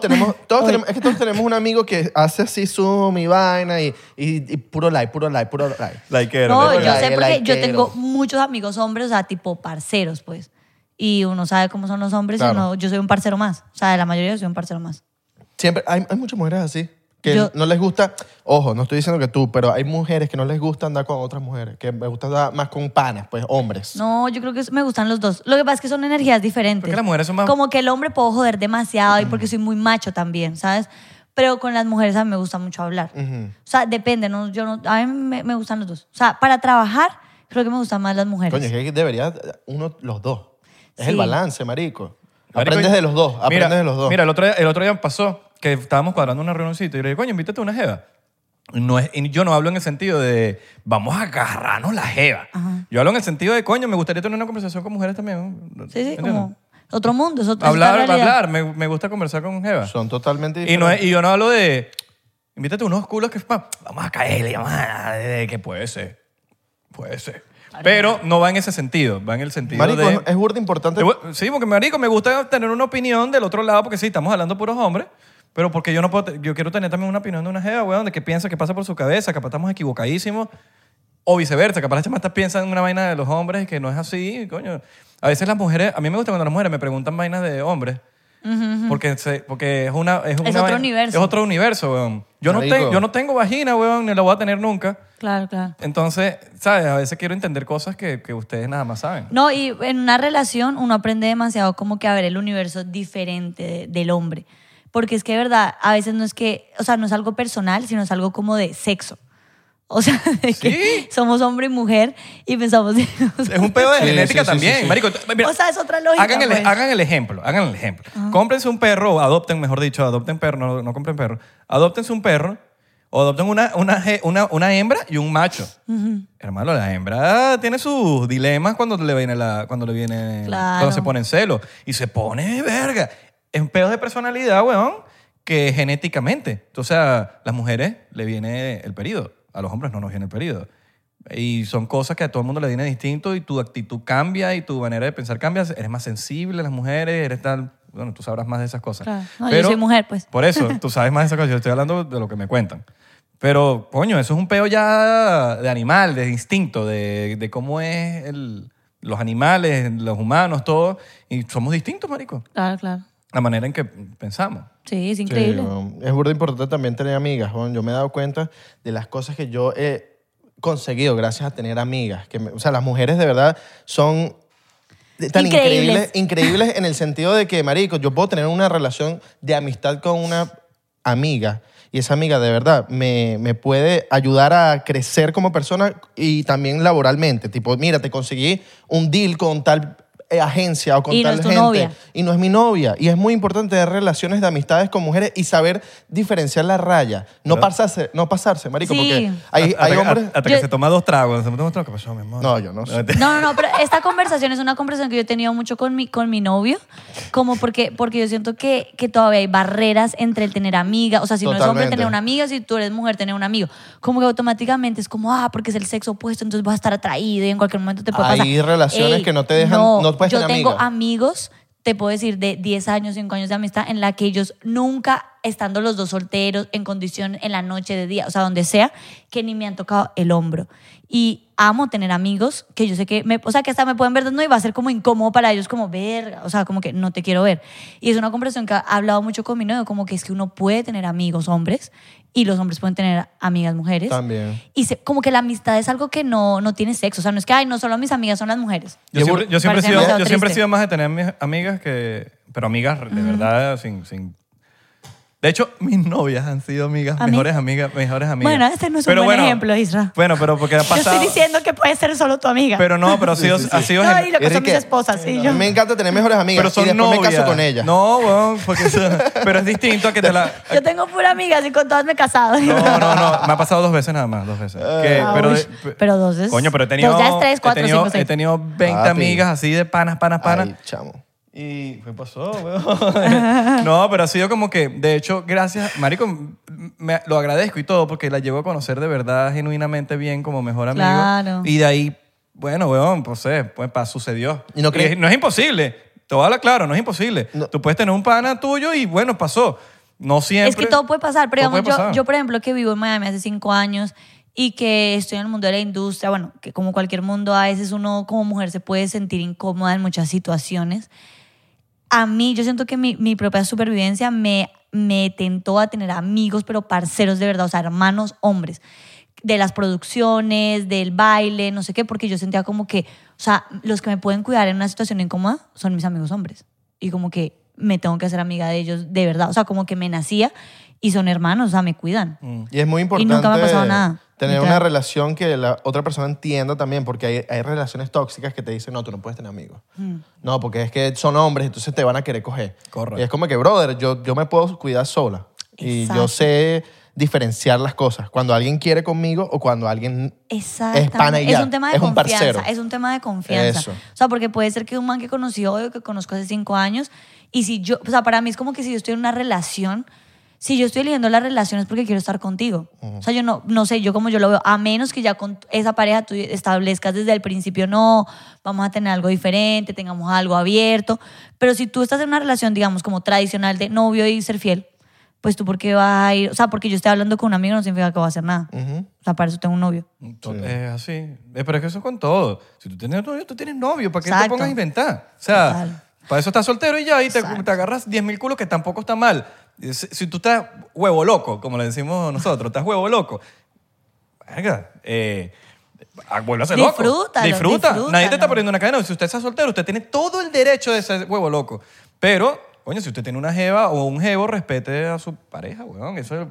Speaker 3: [LAUGHS]
Speaker 2: tenemos, todos tenemos, es que todos tenemos un amigo que hace así zoom y vaina y, y, y puro like, puro like, puro like.
Speaker 1: Likeero,
Speaker 3: No,
Speaker 1: likeero.
Speaker 3: yo
Speaker 2: Ay,
Speaker 3: sé
Speaker 2: el
Speaker 3: porque yo
Speaker 2: arquero.
Speaker 3: tengo muchos amigos hombres, o sea, tipo parceros, pues. Y uno sabe cómo son los hombres
Speaker 2: Claro.
Speaker 3: y uno, yo soy un parcero más. O sea, de la mayoría yo soy un parcero más.
Speaker 2: Siempre, hay, hay muchas mujeres así que
Speaker 3: Yo-
Speaker 2: no les gusta, ojo, no estoy diciendo que tú, pero hay mujeres que no les gusta andar con otras mujeres, que me gusta andar más con panas, pues hombres.
Speaker 3: No, yo creo que me gustan los dos. Lo que pasa es que son energías diferentes.
Speaker 1: Porque las mujeres son más-
Speaker 3: Como que el hombre puedo joder demasiado y porque soy muy macho también, ¿sabes? Pero con las mujeres a mí me gusta mucho hablar. O sea, depende. No, yo no, a mí me, me gustan los dos. O sea, para trabajar creo que me gustan más las mujeres.
Speaker 2: Coño, es que debería uno los dos. Es
Speaker 3: Sí.
Speaker 2: el balance, marico.
Speaker 1: Marico,
Speaker 2: Aprendes de los dos,
Speaker 1: mira,
Speaker 2: aprendes de los dos.
Speaker 1: Mira, el otro, día, el otro día pasó que estábamos cuadrando una reunioncita y le dije, coño, invítate a una jeva. No es, y yo no hablo en el sentido de vamos a agarrarnos la jeva. Yo hablo en el sentido de, coño, me gustaría tener una conversación con mujeres también. ¿no?
Speaker 3: Sí, sí,
Speaker 1: ¿Entiendes?
Speaker 3: como... otro mundo, es otra es otra
Speaker 1: Hablar,
Speaker 3: realidad.
Speaker 1: hablar. Me, me gusta conversar con Jeva.
Speaker 2: Son totalmente
Speaker 1: Y, no
Speaker 2: diferentes.
Speaker 1: es- y yo no hablo de. Invítate unos culos que. pa, Vamos a caerle, vamos a. de- Que puede ser. Puede ser. Pero no va en ese sentido. Va en el sentido
Speaker 2: Marico,
Speaker 1: de.
Speaker 2: es- es burda importante.
Speaker 1: de bu- Sí, porque marico, me gusta tener una opinión del otro lado, porque sí, estamos hablando puros hombres, pero porque yo no puedo, te- yo quiero tener también una opinión de una jeva, weón, de qué piensa, qué pasa por su cabeza, capaz estamos equivocadísimos, o viceversa, capaz las chamatas piensan una vaina de los hombres y que no es así, coño. A veces las mujeres, a mí me gusta cuando las mujeres me preguntan vainas de hombres, porque, se- porque es una... Es, una
Speaker 3: otro
Speaker 1: vaina-
Speaker 3: universo.
Speaker 1: Es otro universo, weón. Yo no,
Speaker 2: Marico.
Speaker 1: te- yo no tengo vagina, weón, ni la voy a tener nunca.
Speaker 3: Claro, claro.
Speaker 1: Entonces, ¿sabes? A veces quiero entender cosas que, que ustedes nada más saben.
Speaker 3: No, y en una relación uno aprende demasiado como que a ver el universo diferente de- del hombre. Porque es que de verdad, a veces no es que, o sea, no es algo personal, sino es algo como de sexo. O sea, [LAUGHS] de que somos hombre y mujer y pensamos.
Speaker 1: Es
Speaker 3: [LAUGHS]
Speaker 1: un pedo de
Speaker 2: Sí,
Speaker 1: genética
Speaker 2: sí, sí,
Speaker 1: también,
Speaker 2: sí, sí.
Speaker 1: marico. t- mira,
Speaker 3: O sea, es otra lógica,
Speaker 1: Hagan el,
Speaker 3: pues.
Speaker 1: hagan el ejemplo, hagan el ejemplo. Cómprense un perro, o adopten, mejor dicho, adopten perro, no, no compren perro. Adoptense un perro o adopten una, una, je- una, una hembra y un macho. Hermano, la hembra tiene sus dilemas cuando le viene la, cuando le viene,
Speaker 3: Claro.
Speaker 1: cuando se pone en celo y se pone verga. Es un pedo de personalidad, weón, que genéticamente. O sea, las mujeres le viene el periodo, a los hombres no nos viene el periodo. Y son cosas que a todo el mundo le viene distinto y tu actitud cambia y tu manera de pensar cambia. Eres más sensible a las mujeres, eres tal... Bueno, tú sabrás más de esas cosas.
Speaker 3: Claro. No, yo soy mujer, pues.
Speaker 1: Por eso, tú sabes más de esas cosas. Yo estoy hablando de lo que me cuentan. Pero, coño, eso es un peo ya de animal, de instinto, de, de cómo es el- los animales, los humanos, todo. Y somos distintos, marico.
Speaker 3: Claro, Ah, claro.
Speaker 1: La manera en que pensamos.
Speaker 3: Sí, es
Speaker 2: Sí,
Speaker 3: increíble.
Speaker 2: weón. es burda importante también tener amigas. weón. Yo me he dado cuenta de las cosas que yo he conseguido gracias a tener amigas. Que me- o sea, las mujeres de verdad son de- tan
Speaker 3: Increíbles. [LAUGHS]
Speaker 2: increíbles. increíbles, en el sentido de que, marico, yo puedo tener una relación de amistad con una amiga y esa amiga de verdad me, me puede ayudar a crecer como persona y también laboralmente. Tipo, mira, te conseguí un deal con tal eh, agencia o con
Speaker 3: Y no
Speaker 2: tal
Speaker 3: es tu
Speaker 2: gente
Speaker 3: novia.
Speaker 2: y no es mi novia. Y es muy importante tener relaciones de amistades con mujeres y saber diferenciar la raya. No pasarse, no pasarse, marico,
Speaker 3: Sí.
Speaker 2: porque hay,
Speaker 1: hasta
Speaker 2: hay
Speaker 1: que-
Speaker 2: hombres...
Speaker 1: hasta que
Speaker 3: Yo-
Speaker 1: se toma dos tragos. Se toma dos tragos. ¿Qué pasó, mi amor?
Speaker 2: No, yo no sé.
Speaker 1: te-
Speaker 3: No, no, no, pero esta conversación es una conversación que yo he tenido mucho con mi, con mi novio, como porque, porque yo siento que, que todavía hay barreras entre el tener amiga, o sea, si no eres hombre,
Speaker 2: Totalmente.
Speaker 3: tener una amiga, si tú eres mujer, tener un amigo. Como que automáticamente es como, ah, porque es el sexo opuesto, entonces vas a estar atraído y en cualquier momento te puede
Speaker 2: Hay
Speaker 3: pasar.
Speaker 2: relaciones que no te dejan- no puedes
Speaker 3: yo
Speaker 2: tener
Speaker 3: tengo
Speaker 2: amiga.
Speaker 3: amigos, te puedo decir, de 10 años, 5 años de amistad, en la que ellos nunca, estando los dos solteros, en condición, en la noche, de día, o sea, donde sea, que ni me han tocado el hombro. Y amo tener amigos que yo sé que, me, o sea, que hasta me pueden ver desnudo y va a ser como incómodo para ellos, como verga, o sea, como que no te quiero ver. Y es una conversación que ha hablado mucho con mi novio, como que es que uno puede tener amigos hombres y los hombres pueden tener amigas mujeres.
Speaker 2: También.
Speaker 3: Y se- como que la amistad es algo que no, no tiene sexo. O sea, no es que, ay, no solo mis amigas son las mujeres.
Speaker 1: Yo siempre, yo siempre he
Speaker 3: Parece
Speaker 1: sido,
Speaker 3: demasiado
Speaker 1: yo siempre he
Speaker 3: triste.
Speaker 1: sido más de tener mis amigas que. Pero amigas de verdad, sin, sin. De hecho, mis novias han sido amigas,
Speaker 3: Ami-
Speaker 1: mejores amigas, mejores amigas.
Speaker 3: Bueno, este no es un buen ejemplo, Isra.
Speaker 1: Bueno, pero porque ha
Speaker 3: Yo
Speaker 1: pasado.
Speaker 3: estoy diciendo que puede ser solo tu amiga.
Speaker 1: Pero no, pero ha sido. ha sido
Speaker 3: No,
Speaker 1: gen-
Speaker 3: y lo que son
Speaker 2: Enrique,
Speaker 3: mis esposas, sí, yo.
Speaker 2: Me encanta tener mejores amigas
Speaker 1: Pero
Speaker 2: y
Speaker 1: son
Speaker 2: después
Speaker 1: novias.
Speaker 2: me caso con ellas.
Speaker 1: No, weón, porque son- pero es distinto a que te la.
Speaker 3: Yo tengo pura amigas y con todas me he casado. [LAUGHS]
Speaker 1: No, no, no. Me ha pasado dos veces nada más, dos veces. Que-
Speaker 3: Ah,
Speaker 1: pero,
Speaker 3: uy, pero dos es-
Speaker 1: Coño, pero he tenido.
Speaker 3: dos ya es tres,
Speaker 1: he
Speaker 3: cuatro,
Speaker 1: tenido-
Speaker 3: cinco, seis.
Speaker 1: He tenido 20
Speaker 2: Papi.
Speaker 1: amigas así de panas, panas, panas.
Speaker 2: Ay, chamo.
Speaker 1: Y ¿qué pasó, weón? [LAUGHS] no, pero ha sido como que, de hecho, gracias, Marico, me- lo agradezco y todo porque la llevo a conocer de verdad, genuinamente bien como mejor amigo.
Speaker 3: Claro.
Speaker 1: Y de ahí, bueno, weón, pues, eh, pues pa- sucedió.
Speaker 2: ¿Y no
Speaker 1: es-
Speaker 2: crees-
Speaker 1: es imposible, te voy a hablar claro, no es imposible.
Speaker 2: No.
Speaker 1: Tú puedes tener un pana tuyo y bueno, pasó. No siempre.
Speaker 3: Es que todo puede pasar. Pero
Speaker 1: todo
Speaker 3: digamos,
Speaker 1: puede
Speaker 3: yo-
Speaker 1: pasar.
Speaker 3: yo, por ejemplo, que vivo en Miami hace cinco años y que estoy en el mundo de la industria, bueno, que como cualquier mundo, a veces uno como mujer se puede sentir incómoda en muchas situaciones. A mí, yo siento que mi, mi propia supervivencia me, me tentó a tener amigos, pero parceros de verdad, o sea, hermanos hombres, de las producciones, del baile, no sé qué, porque yo sentía como que, o sea, los que me pueden cuidar en una situación incómoda son mis amigos hombres. Y como que me tengo que hacer amiga de ellos de verdad, o sea, como que me nacía y son hermanos, o sea, me cuidan.
Speaker 2: Y es muy importante
Speaker 3: nunca me ha pasado nada,
Speaker 2: tener
Speaker 3: literal.
Speaker 2: una relación que la otra persona entienda también, porque hay, hay relaciones tóxicas que te dicen, no, tú no puedes tener amigos.
Speaker 3: Mm.
Speaker 2: No, porque es que son hombres, entonces te van a querer coger.
Speaker 1: Correcto.
Speaker 2: Y es como que, brother, yo, yo me puedo cuidar sola. Y
Speaker 3: Exacto.
Speaker 2: yo sé diferenciar las cosas. Cuando alguien quiere conmigo o cuando alguien
Speaker 3: Exactamente.
Speaker 2: Es pana y ya.
Speaker 3: un tema de
Speaker 2: Es un
Speaker 3: confianza.
Speaker 2: parcero.
Speaker 3: es un tema de confianza.
Speaker 2: Eso.
Speaker 3: O sea, porque puede ser que un man que conocí hoy o que conozco hace cinco años, y si yo, o sea, para mí es como que si yo estoy en una relación, si yo estoy eligiendo la relación es porque quiero estar contigo. O sea, yo no, no sé, yo como yo lo veo, a menos que ya con esa pareja tú establezcas desde el principio, no, vamos a tener algo diferente, tengamos algo abierto. Pero si tú estás en una relación, digamos, como tradicional de novio y ser fiel, pues tú, ¿por qué vas a ir? O sea, porque yo estoy hablando con un amigo no significa que va a hacer nada. O sea, para eso tengo un novio.
Speaker 1: To- Es así. Eh, Pero es que eso es con todo. Si tú tienes novio, tú tienes novio. ¿Para qué te
Speaker 3: Exacto.
Speaker 1: pongas a inventar? O sea,
Speaker 3: Total.
Speaker 1: para eso estás soltero y ya, y te,
Speaker 3: Exacto.
Speaker 1: te agarras 10.000 culos que tampoco está mal. Y Si, si tú estás huevo loco, como le decimos nosotros, estás huevo loco. Verga, eh, ah, vuelve a ser loco.
Speaker 3: Disfrútalo,
Speaker 1: Disfruta. Nadie te está
Speaker 3: disfrútalo.
Speaker 1: poniendo una cadena. Si usted está soltero, usted tiene todo el derecho de ser huevo loco. Pero, coño, si usted tiene una jeva o un jevo, respete a su pareja, weón. Eso es,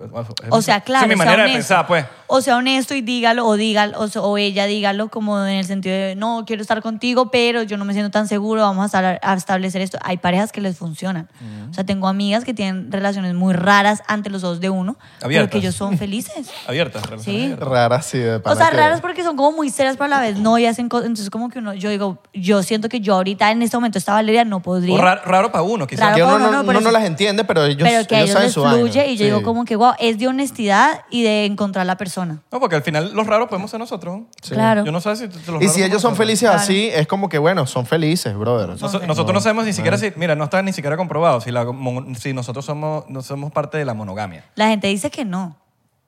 Speaker 3: O sea, claro.
Speaker 1: Esa es mi
Speaker 3: sea
Speaker 1: manera de
Speaker 3: honesto.
Speaker 1: pensar, pues.
Speaker 3: O sea, honesto y dígalo, o dígalo, o, sea, o ella dígalo como en el sentido de, no, quiero estar contigo, pero yo no me siento tan seguro, vamos a, estar- a establecer esto. Hay parejas que les funcionan. O sea, tengo amigas que tienen relaciones muy raras ante los ojos de uno,
Speaker 1: Abiertas.
Speaker 3: pero que ellos
Speaker 1: [LAUGHS]
Speaker 3: son felices.
Speaker 1: Abierta. relaciones
Speaker 3: Sí.
Speaker 1: abiertas.
Speaker 2: Rara sí de
Speaker 3: O
Speaker 2: pana
Speaker 3: sea,
Speaker 2: que-
Speaker 3: raras porque son como muy serias, pero a la vez no, y hacen cosas. Entonces, como que uno, yo digo, yo siento que yo ahorita en este momento, esta Valeria no podría.
Speaker 1: O raro, raro para uno, quizás.
Speaker 3: Raro.
Speaker 2: Que
Speaker 3: No,
Speaker 2: uno
Speaker 3: no,
Speaker 2: no,
Speaker 3: no, por
Speaker 2: uno no
Speaker 3: eso.
Speaker 2: las entiende, pero ellos,
Speaker 3: pero que a
Speaker 2: ellos
Speaker 3: ellos
Speaker 2: saben
Speaker 3: les
Speaker 2: su vaina.
Speaker 3: fluye, y yo
Speaker 2: Sí.
Speaker 3: digo, como que, wow, es de honestidad y de encontrar la persona.
Speaker 1: No, porque al final los raros podemos ser nosotros.
Speaker 3: Claro.
Speaker 1: Yo no sé si t- los
Speaker 2: Y
Speaker 1: raros
Speaker 2: si ellos son
Speaker 1: nosotros.
Speaker 2: felices
Speaker 3: Claro.
Speaker 2: así, es como que, bueno, son felices, brother.
Speaker 1: Noso- nosotros no sabemos ni
Speaker 2: Ah.
Speaker 1: siquiera si, mira, no está ni siquiera comprobado si, la mon- si nosotros somos, no somos parte de la monogamia.
Speaker 3: La gente dice que no.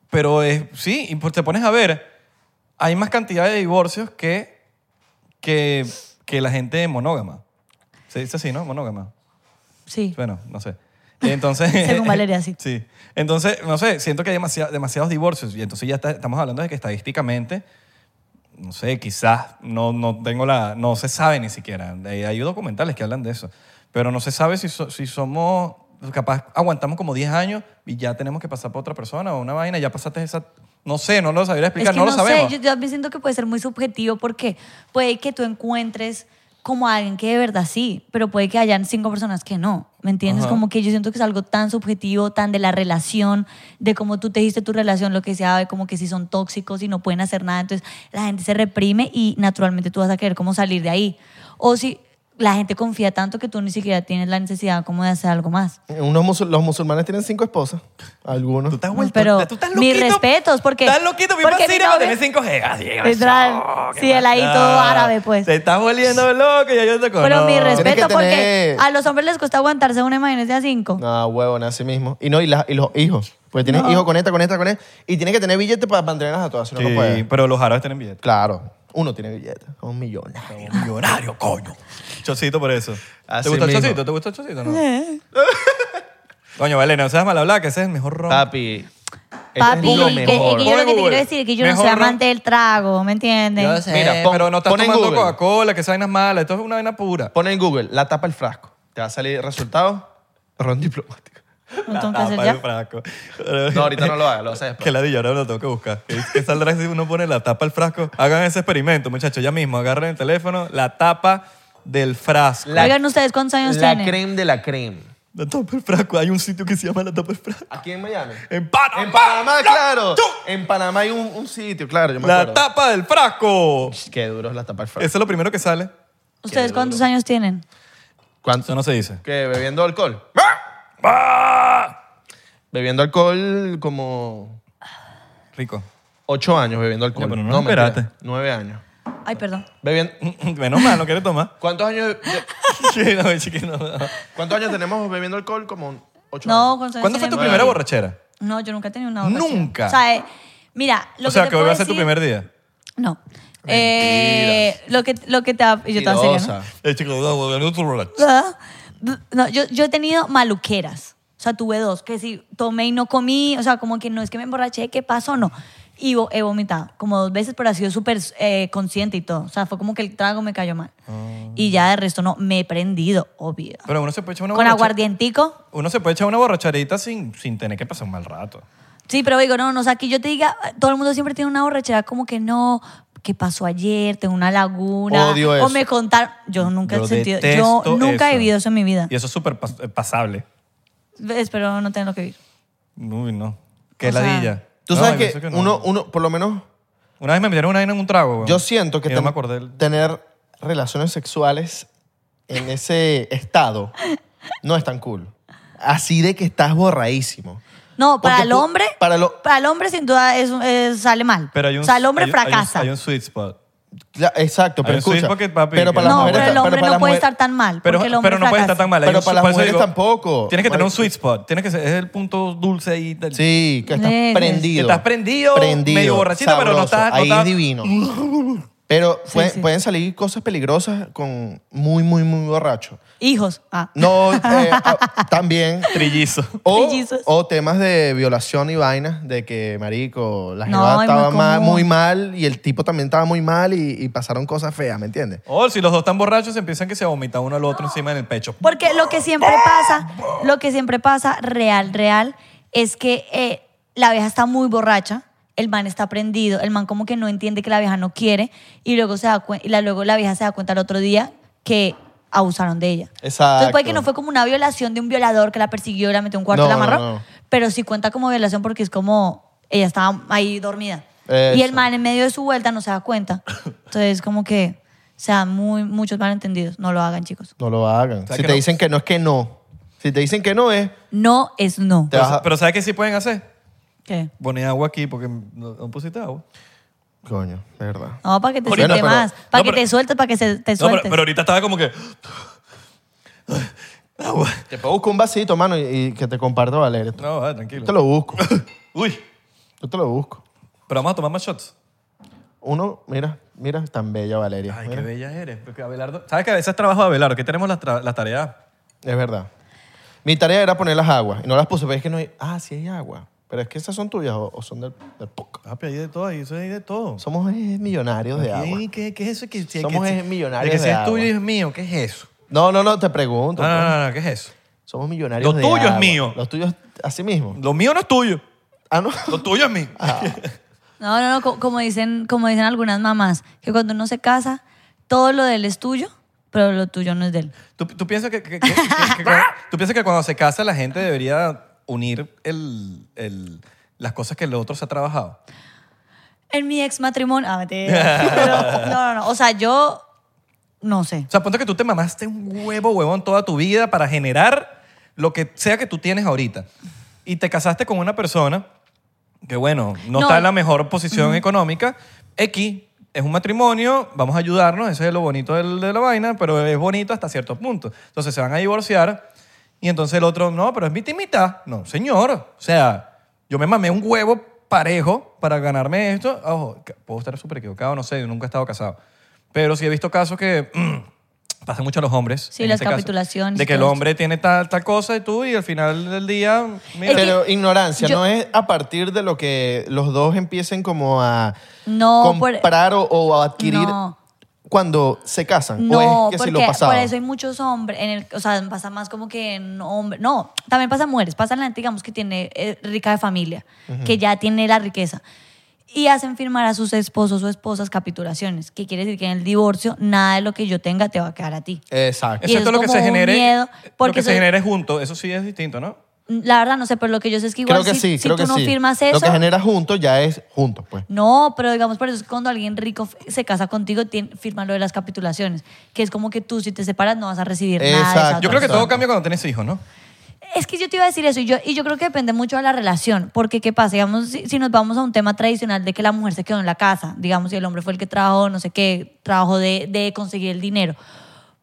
Speaker 1: Pero es, sí, y por- te pones a ver, hay más cantidad de divorcios que, que, que la gente monógama. Se dice así, ¿no? Monógama.
Speaker 3: Sí.
Speaker 1: Bueno, no sé. Entonces,
Speaker 3: [LAUGHS] Según Valeria, sí.
Speaker 1: [LAUGHS] Sí. Entonces, no sé, siento que hay demasiado- demasiados divorcios y entonces ya está- estamos hablando de que estadísticamente, no sé, quizás no, no tengo la, no se sabe ni siquiera. Hay, hay documentales que hablan de eso, pero no se sabe si, so- si somos, capaz aguantamos como 10 años y ya tenemos que pasar por otra persona o una vaina, ya pasaste esa, no sé, no lo sabría explicar,
Speaker 3: es que
Speaker 1: no, lo sabemos.
Speaker 3: sé, yo también siento que puede ser muy subjetivo porque puede que tú encuentres como a alguien que de verdad sí, pero puede que hayan cinco personas que no, ¿me entiendes?
Speaker 1: Ajá.
Speaker 3: Como que yo siento que es algo tan subjetivo, tan de la relación, de cómo tú te diste tu relación, lo que sea, de como que si son tóxicos y no pueden hacer nada, entonces la gente se reprime y naturalmente tú vas a querer como salir de ahí. O si la gente confía tanto que tú ni siquiera tienes la necesidad como de hacer algo más.
Speaker 2: Unos musul- los musulmanes tienen cinco esposas. Algunos.
Speaker 1: Tú estás vuelto,
Speaker 3: pero
Speaker 1: tú estás
Speaker 3: mis
Speaker 1: loquito.
Speaker 3: respetos, porque-
Speaker 1: Estás loquito, mi
Speaker 3: porque mi
Speaker 1: vecina va a
Speaker 3: novia-
Speaker 1: tener 5 gigas.
Speaker 3: Literal, sí, el ahí todo árabe, pues.
Speaker 1: Te estás volviendo loco y ya yo te conozco.
Speaker 3: Pero mi
Speaker 2: que
Speaker 3: respeto, porque
Speaker 2: tener-
Speaker 3: a los hombres les cuesta aguantarse una, imagínense a cinco.
Speaker 2: No, Ah, huevón, así mismo. Y no, y, la- y los hijos. Porque tienes hijos con esta, con esta, con esta. Y tienes que tener billete para mantenerlas a todas. Si no, no
Speaker 1: Sí,
Speaker 2: puedes.
Speaker 1: pero los árabes tienen billetes.
Speaker 2: Claro. Uno tiene billete. Son millonario.
Speaker 1: Millonario, coño. Chocito por eso.
Speaker 2: Así
Speaker 1: ¿Te gusta el
Speaker 2: mismo.
Speaker 1: chocito? ¿Te gusta el chocito? No.
Speaker 3: Eh.
Speaker 1: [LAUGHS] coño, Valena, no seas mala hablar, que ese es el mejor ron.
Speaker 2: Papi.
Speaker 1: Este
Speaker 3: Papi,
Speaker 2: eso
Speaker 3: que, que yo
Speaker 1: Pon en
Speaker 3: lo que te quiero
Speaker 1: Google.
Speaker 3: decir es que yo
Speaker 1: Mejor
Speaker 3: no soy
Speaker 1: ron.
Speaker 3: amante del trago, ¿me entienden?
Speaker 4: Yo sé.
Speaker 3: [LAUGHS]
Speaker 2: Mira,
Speaker 1: Eh,
Speaker 2: pon-
Speaker 1: pero no estás
Speaker 2: pon en
Speaker 1: tomando
Speaker 2: Google.
Speaker 1: Coca-Cola, que esa vaina es mala. Esto es una vaina pura.
Speaker 2: Pon en Google la tapa el frasco. Te va a salir resultado. Ron diplomático.
Speaker 3: No tengo que
Speaker 1: Ah,
Speaker 3: hacer
Speaker 1: para el
Speaker 3: ya.
Speaker 1: frasco.
Speaker 2: No, ahorita no lo hagas, lo haces después.
Speaker 1: Que la ahora lo tengo que buscar. ¿Qué, qué saldrá si uno pone la tapa al frasco? Hagan ese experimento, muchachos, ya mismo. Agarren el teléfono, la tapa del frasco.
Speaker 2: La-
Speaker 3: Oigan, ¿ustedes cuántos años
Speaker 2: La
Speaker 3: tienen?
Speaker 2: creme de la creme.
Speaker 1: La tapa del frasco. Hay un sitio que se llama la tapa del frasco.
Speaker 2: Aquí en Miami.
Speaker 1: En Panamá.
Speaker 2: En Panamá, claro.
Speaker 1: ¡Chu!
Speaker 2: En Panamá hay un, un sitio, claro, yo me
Speaker 1: La
Speaker 2: acuerdo.
Speaker 1: tapa del frasco.
Speaker 2: Qué duro es la tapa el frasco.
Speaker 1: Eso es lo primero que sale.
Speaker 3: ¿Ustedes cuántos años tienen?
Speaker 1: Eso
Speaker 2: ¿Cuánto?
Speaker 1: no se dice.
Speaker 2: ¿Qué? ¿Bebiendo alcohol? Bebiendo alcohol como
Speaker 1: Rico.
Speaker 2: ocho años bebiendo alcohol.
Speaker 1: Coño, pero no nos esperaste.
Speaker 2: mentira, Nueve años.
Speaker 3: Ay, perdón.
Speaker 2: Bebiendo...
Speaker 1: Menos mal, no quiere tomar.
Speaker 2: ¿Cuántos años, de-
Speaker 1: No, chiquito, no.
Speaker 2: ¿Cuántos años tenemos bebiendo alcohol? Como ocho
Speaker 3: No,
Speaker 2: años.
Speaker 3: ¿cuántos años
Speaker 1: ¿Cuándo fue tu
Speaker 3: tienen?
Speaker 1: primera borrachera?
Speaker 3: No, yo nunca he tenido una borrachera.
Speaker 1: Nunca.
Speaker 3: O sea, eh, mira, lo
Speaker 1: O sea,
Speaker 3: te
Speaker 1: que hoy
Speaker 3: puedo
Speaker 1: va a ser tu
Speaker 3: decir-
Speaker 1: primer día.
Speaker 3: No. Eh, lo, que, lo que te ha... y Yo te voy a hacer, ¿no?
Speaker 2: Mentirosa.
Speaker 1: Eh, chico, no, no, no, no, no.
Speaker 3: Ah, No, yo, yo he tenido maluqueras. O sea, tuve dos, que si tomé y no comí, o sea, como que no es que me emborraché, ¿qué pasó? No. Y vo- he vomitado como dos veces, pero ha sido súper eh, consciente y todo. O sea, fue como que el trago me cayó mal. Y ya de resto no, me he prendido, obvio.
Speaker 1: Ah. Pero uno se puede echar una
Speaker 3: Con
Speaker 1: borracha-
Speaker 3: aguardientico.
Speaker 1: Uno se puede echar una borracharita sin, sin tener que pasar un mal rato.
Speaker 3: Sí, pero digo, no, no, o sea, que yo te diga, todo el mundo siempre tiene una borrachera como que no, ¿qué pasó ayer? Tengo una laguna.
Speaker 2: Odio
Speaker 3: O
Speaker 2: eso.
Speaker 3: me contaron. Yo nunca he sentido, yo
Speaker 1: detesto
Speaker 3: nunca he
Speaker 1: eso.
Speaker 3: vivido eso en mi vida.
Speaker 1: Y eso es súper pas- eh, pasable.
Speaker 3: Espero no tener lo que vivir.
Speaker 1: Uy, no. Qué
Speaker 3: O sea,
Speaker 1: ladilla.
Speaker 2: Tú
Speaker 1: No,
Speaker 2: sabes
Speaker 1: hay
Speaker 2: que,
Speaker 1: veces no.
Speaker 2: uno, uno, por lo menos,
Speaker 1: Una vez me metieron una vaina en un trago, weón.
Speaker 2: yo siento que
Speaker 1: Y no
Speaker 2: ten-
Speaker 1: me acordé del-
Speaker 2: tener relaciones sexuales en ese estado no es tan cool. Así de que estás borradísimo.
Speaker 3: No, para
Speaker 2: Porque
Speaker 3: el
Speaker 2: tú-
Speaker 3: hombre,
Speaker 2: Para lo,
Speaker 3: para el hombre sin duda es, es- sale mal.
Speaker 1: Pero hay un,
Speaker 3: o sea, el hombre
Speaker 1: hay un- hay un-
Speaker 3: fracasa.
Speaker 1: Hay un, sweet spot.
Speaker 2: Cla- Exacto, pero
Speaker 1: Hay un swing
Speaker 2: escucha.
Speaker 1: porque, papi,
Speaker 2: pero para las
Speaker 3: no,
Speaker 2: mujeres,
Speaker 3: pero el
Speaker 2: pero
Speaker 3: hombre
Speaker 2: para
Speaker 3: no
Speaker 2: las
Speaker 3: puede
Speaker 2: mujeres-
Speaker 3: estar tan mal.
Speaker 1: Pero,
Speaker 3: porque el hombre
Speaker 1: pero no puede
Speaker 3: fracasa.
Speaker 1: estar tan mal. Hay
Speaker 2: Pero
Speaker 1: un-
Speaker 2: para las
Speaker 1: por eso
Speaker 2: mujeres tampoco.
Speaker 1: Tienes que tener un
Speaker 2: Marico.
Speaker 1: sweet spot. Tienes que ser, es el punto dulce ahí. del-
Speaker 2: Sí, que estás
Speaker 3: Lejes.
Speaker 2: prendido.
Speaker 1: Que estás prendido, medio borrachito, pero no estás- no
Speaker 2: Ahí
Speaker 1: estás-
Speaker 2: es
Speaker 1: [LAUGHS]
Speaker 2: divino. Pero pueden,
Speaker 3: sí.
Speaker 2: pueden salir cosas peligrosas con muy, muy, muy borracho.
Speaker 3: Hijos. Ah. [LAUGHS]
Speaker 2: No, eh, ah, también. [LAUGHS]
Speaker 1: Trillizo.
Speaker 2: O,
Speaker 3: Trillizos.
Speaker 2: o temas de violación y vainas, de que, marico, la
Speaker 3: No,
Speaker 2: jeva
Speaker 3: es muy
Speaker 2: estaba ma-
Speaker 3: común.
Speaker 2: muy mal y el tipo también estaba muy mal y, y pasaron cosas feas, ¿me entiendes?
Speaker 1: O Oh, si los dos están borrachos, empiezan que se vomita uno al otro encima en el pecho.
Speaker 3: Porque lo que siempre pasa, lo que siempre pasa, real, real, es que eh, la vieja está muy borracha, el man está prendido, el man como que no entiende que la vieja no quiere y luego, se da cuen- y la, luego la vieja se da cuenta al otro día que abusaron de ella. Entonces puede que no
Speaker 2: Exacto.
Speaker 3: fue como una violación de un violador que la persiguió, la metió en un cuarto
Speaker 2: No,
Speaker 3: y la amarró,
Speaker 2: no, no.
Speaker 3: pero sí cuenta como violación porque es como ella estaba ahí dormida. Y el
Speaker 2: Eso.
Speaker 3: man en medio de su vuelta no se da cuenta. Entonces como que, o sea, muy, muchos malentendidos. No lo hagan, chicos.
Speaker 2: No lo hagan.
Speaker 1: sea,
Speaker 2: Si
Speaker 1: que
Speaker 2: te
Speaker 1: no-
Speaker 2: dicen que no, es que no. Si te dicen que no, es.
Speaker 3: No es no.
Speaker 2: Te vas a-
Speaker 1: Pero ¿sabes qué sí pueden hacer?
Speaker 3: ¿Qué?
Speaker 1: Poner agua aquí porque no, no pusiste agua.
Speaker 2: Coño, de verdad.
Speaker 3: No, para que te
Speaker 1: Porque-
Speaker 3: suelte
Speaker 2: Bueno, pero-
Speaker 3: más. Para
Speaker 1: no,
Speaker 3: que
Speaker 1: pero-
Speaker 3: te sueltes, para que se- te
Speaker 1: No, pero,
Speaker 3: sueltes.
Speaker 1: pero ahorita estaba como que... Agua.
Speaker 2: Te puedo buscar un vasito, mano, y, y que te comparto, Valeria. Yo
Speaker 1: No, va, tranquilo.
Speaker 2: te
Speaker 1: [LAUGHS]
Speaker 2: lo busco.
Speaker 1: Uy,
Speaker 2: Yo te lo busco.
Speaker 1: pero vamos a tomar más shots.
Speaker 2: Uno, mira, mira, tan bella Valeria.
Speaker 1: Ay,
Speaker 2: mira.
Speaker 1: qué bella eres. Porque Abelardo... ¿Sabes que a veces es trabajo de Abelardo? Que tenemos las, tra- las tareas.
Speaker 2: Es verdad. Mi tarea era poner las aguas y no las puse, pero es que no hay. Ah, sí hay agua. Pero es que esas son tuyas o, o son del, del POC.
Speaker 1: Papi, hay de todo, ahí eso hay de todo.
Speaker 2: Somos eh, millonarios de agua.
Speaker 1: ¿Qué, qué, qué es eso? Que, que-
Speaker 2: Somos
Speaker 1: que-
Speaker 2: es- millonarios
Speaker 1: de que si
Speaker 2: de
Speaker 1: es tuyo
Speaker 2: agua.
Speaker 1: y es mío, ¿qué es eso?
Speaker 2: No, no, no, te pregunto.
Speaker 1: No, Ah, no,
Speaker 2: pues.
Speaker 1: no, no, ¿qué es eso?
Speaker 2: Somos millonarios
Speaker 1: Lo
Speaker 2: de
Speaker 1: tuyo es
Speaker 2: agua.
Speaker 1: mío.
Speaker 2: Lo tuyo es así mismo.
Speaker 1: Lo mío no es tuyo.
Speaker 2: Ah, no.
Speaker 1: Lo tuyo [LAUGHS] es mío.
Speaker 3: No, no, no, co- como dicen, como dicen algunas mamás, que cuando uno se casa, todo lo de él es tuyo, pero lo tuyo no es de él.
Speaker 1: ¿Tú, tú piensas que, que- que- que- que- tú piensas que cuando se casa la gente debería unir el, el- las cosas que el otro se ha trabajado?
Speaker 3: En mi ex matrimonio. Ah, mentira.
Speaker 1: [LAUGHS]
Speaker 3: Pero, no, no, no. O sea, yo no sé.
Speaker 1: O sea, ponte que tú te mamaste un huevo, huevón, toda tu vida para generar lo que sea que tú tienes ahorita. Y te casaste con una persona que, bueno, no,
Speaker 3: No.
Speaker 1: está en la mejor posición económica. X es un matrimonio, vamos a ayudarnos, eso es lo bonito del- de la vaina, pero es bonito hasta cierto punto. Entonces se van a divorciar y entonces el otro, no, pero es mitad y mitad. No, señor. O sea, yo me mamé un huevo parejo para ganarme esto. Ojo, que- puedo estar súper equivocado, no sé, yo nunca he estado casado. Pero sí he visto casos que [CLEARS THROAT] pasa mucho a los hombres.
Speaker 3: Sí,
Speaker 1: en
Speaker 3: las
Speaker 1: este caso,
Speaker 3: capitulaciones y
Speaker 1: de que el
Speaker 3: todo
Speaker 1: hombre tiene tal, tal cosa y tú, y al final del día. mira,
Speaker 3: Es que-
Speaker 2: Pero ignorancia
Speaker 3: yo-
Speaker 2: no es a partir de lo que los dos empiecen como a
Speaker 3: No, por-
Speaker 2: comprar o, o a adquirir
Speaker 3: No.
Speaker 2: cuando se casan.
Speaker 3: No,
Speaker 2: o es que
Speaker 3: porque
Speaker 2: si lo pasado.
Speaker 3: por eso hay muchos hombres, en el, o sea, pasa más como que en hombres, no, también pasa en mujeres, pasa en la gente, digamos, que tiene eh, rica de familia, que ya tiene la riqueza, y hacen firmar a sus esposos o esposas capitulaciones, que quiere decir que en el divorcio nada de lo que yo tenga te va a quedar a ti.
Speaker 2: Exacto.
Speaker 3: y
Speaker 1: excepto
Speaker 3: es
Speaker 1: lo que se
Speaker 3: como un
Speaker 1: genere.
Speaker 3: miedo,
Speaker 1: lo
Speaker 3: porque
Speaker 1: que se
Speaker 3: soy-
Speaker 1: genere junto, eso sí es distinto, ¿no?
Speaker 3: La verdad no sé, pero lo que yo sé es que igual
Speaker 2: creo que
Speaker 3: si,
Speaker 2: sí,
Speaker 3: si
Speaker 2: creo
Speaker 3: tú
Speaker 2: que
Speaker 3: no
Speaker 2: sí.
Speaker 3: firmas eso,
Speaker 2: Lo que genera juntos ya es juntos, pues.
Speaker 3: No, pero digamos, por eso es que cuando alguien rico f- se casa contigo, tien- firma lo de las capitulaciones, que es como que tú si te separas no vas a recibir nada. de esa
Speaker 2: Exacto.
Speaker 3: otra
Speaker 1: Yo creo que todo
Speaker 2: Exacto.
Speaker 1: cambia cuando tienes hijos, ¿no?
Speaker 3: Es que yo te iba a decir eso y yo, y yo creo que depende mucho de la relación, porque qué pasa, digamos, si, si nos vamos a un tema tradicional de que la mujer se quedó en la casa, digamos, y el hombre fue el que trabajó, no sé qué, trabajó de, de conseguir el dinero,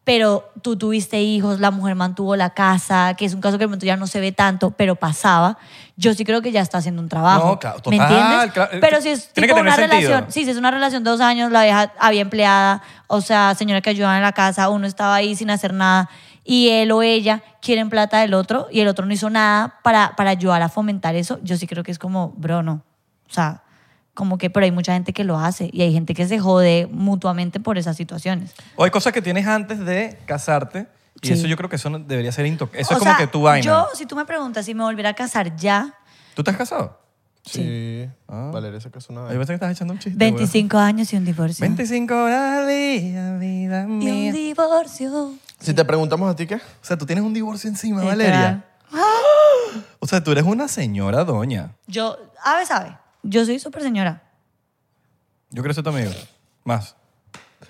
Speaker 3: pero tú tuviste hijos, la mujer mantuvo la casa, que es un caso que de pronto ya no se ve tanto, pero pasaba, yo sí creo que ya está haciendo un trabajo.
Speaker 1: No, claro,
Speaker 3: ¿Me
Speaker 1: total,
Speaker 3: entiendes?
Speaker 1: claro. eh,
Speaker 3: Pero si es
Speaker 1: Tiene
Speaker 3: tipo
Speaker 1: que tener
Speaker 3: una
Speaker 1: sentido.
Speaker 3: relación, sí, si es una relación de dos años, la vieja había empleada, o sea, señora que ayudaba en la casa, uno estaba ahí sin hacer nada y él o ella quieren plata del otro y el otro no hizo nada para, para ayudar a fomentar eso, yo sí creo que es como, bro, no. O sea, como que, pero hay mucha gente que lo hace y hay gente que se jode mutuamente por esas situaciones.
Speaker 1: O hay cosas que tienes antes de casarte y
Speaker 3: Sí.
Speaker 1: eso yo creo que eso no- debería ser intocable. Eso
Speaker 3: O
Speaker 1: es como
Speaker 3: sea,
Speaker 1: que tu vaina.
Speaker 3: Yo, si tú me preguntas si me volviera a casar ya,
Speaker 1: ¿Tú estás casado?
Speaker 3: Sí.
Speaker 2: Valeria se casó una
Speaker 1: Yo pensé que estás echando un chiste. güey.
Speaker 3: 25 años y un divorcio.
Speaker 1: 25 horas al día, vida
Speaker 3: y un
Speaker 1: mía.
Speaker 3: divorcio.
Speaker 2: Si te preguntamos a ti qué.
Speaker 1: O sea, tú tienes un divorcio encima,
Speaker 3: Sí,
Speaker 1: Valeria.
Speaker 3: claro.
Speaker 1: O sea, tú eres una señora doña.
Speaker 3: Yo, Ave sabe, yo soy súper señora.
Speaker 1: Yo creo que soy tu amigo. Más.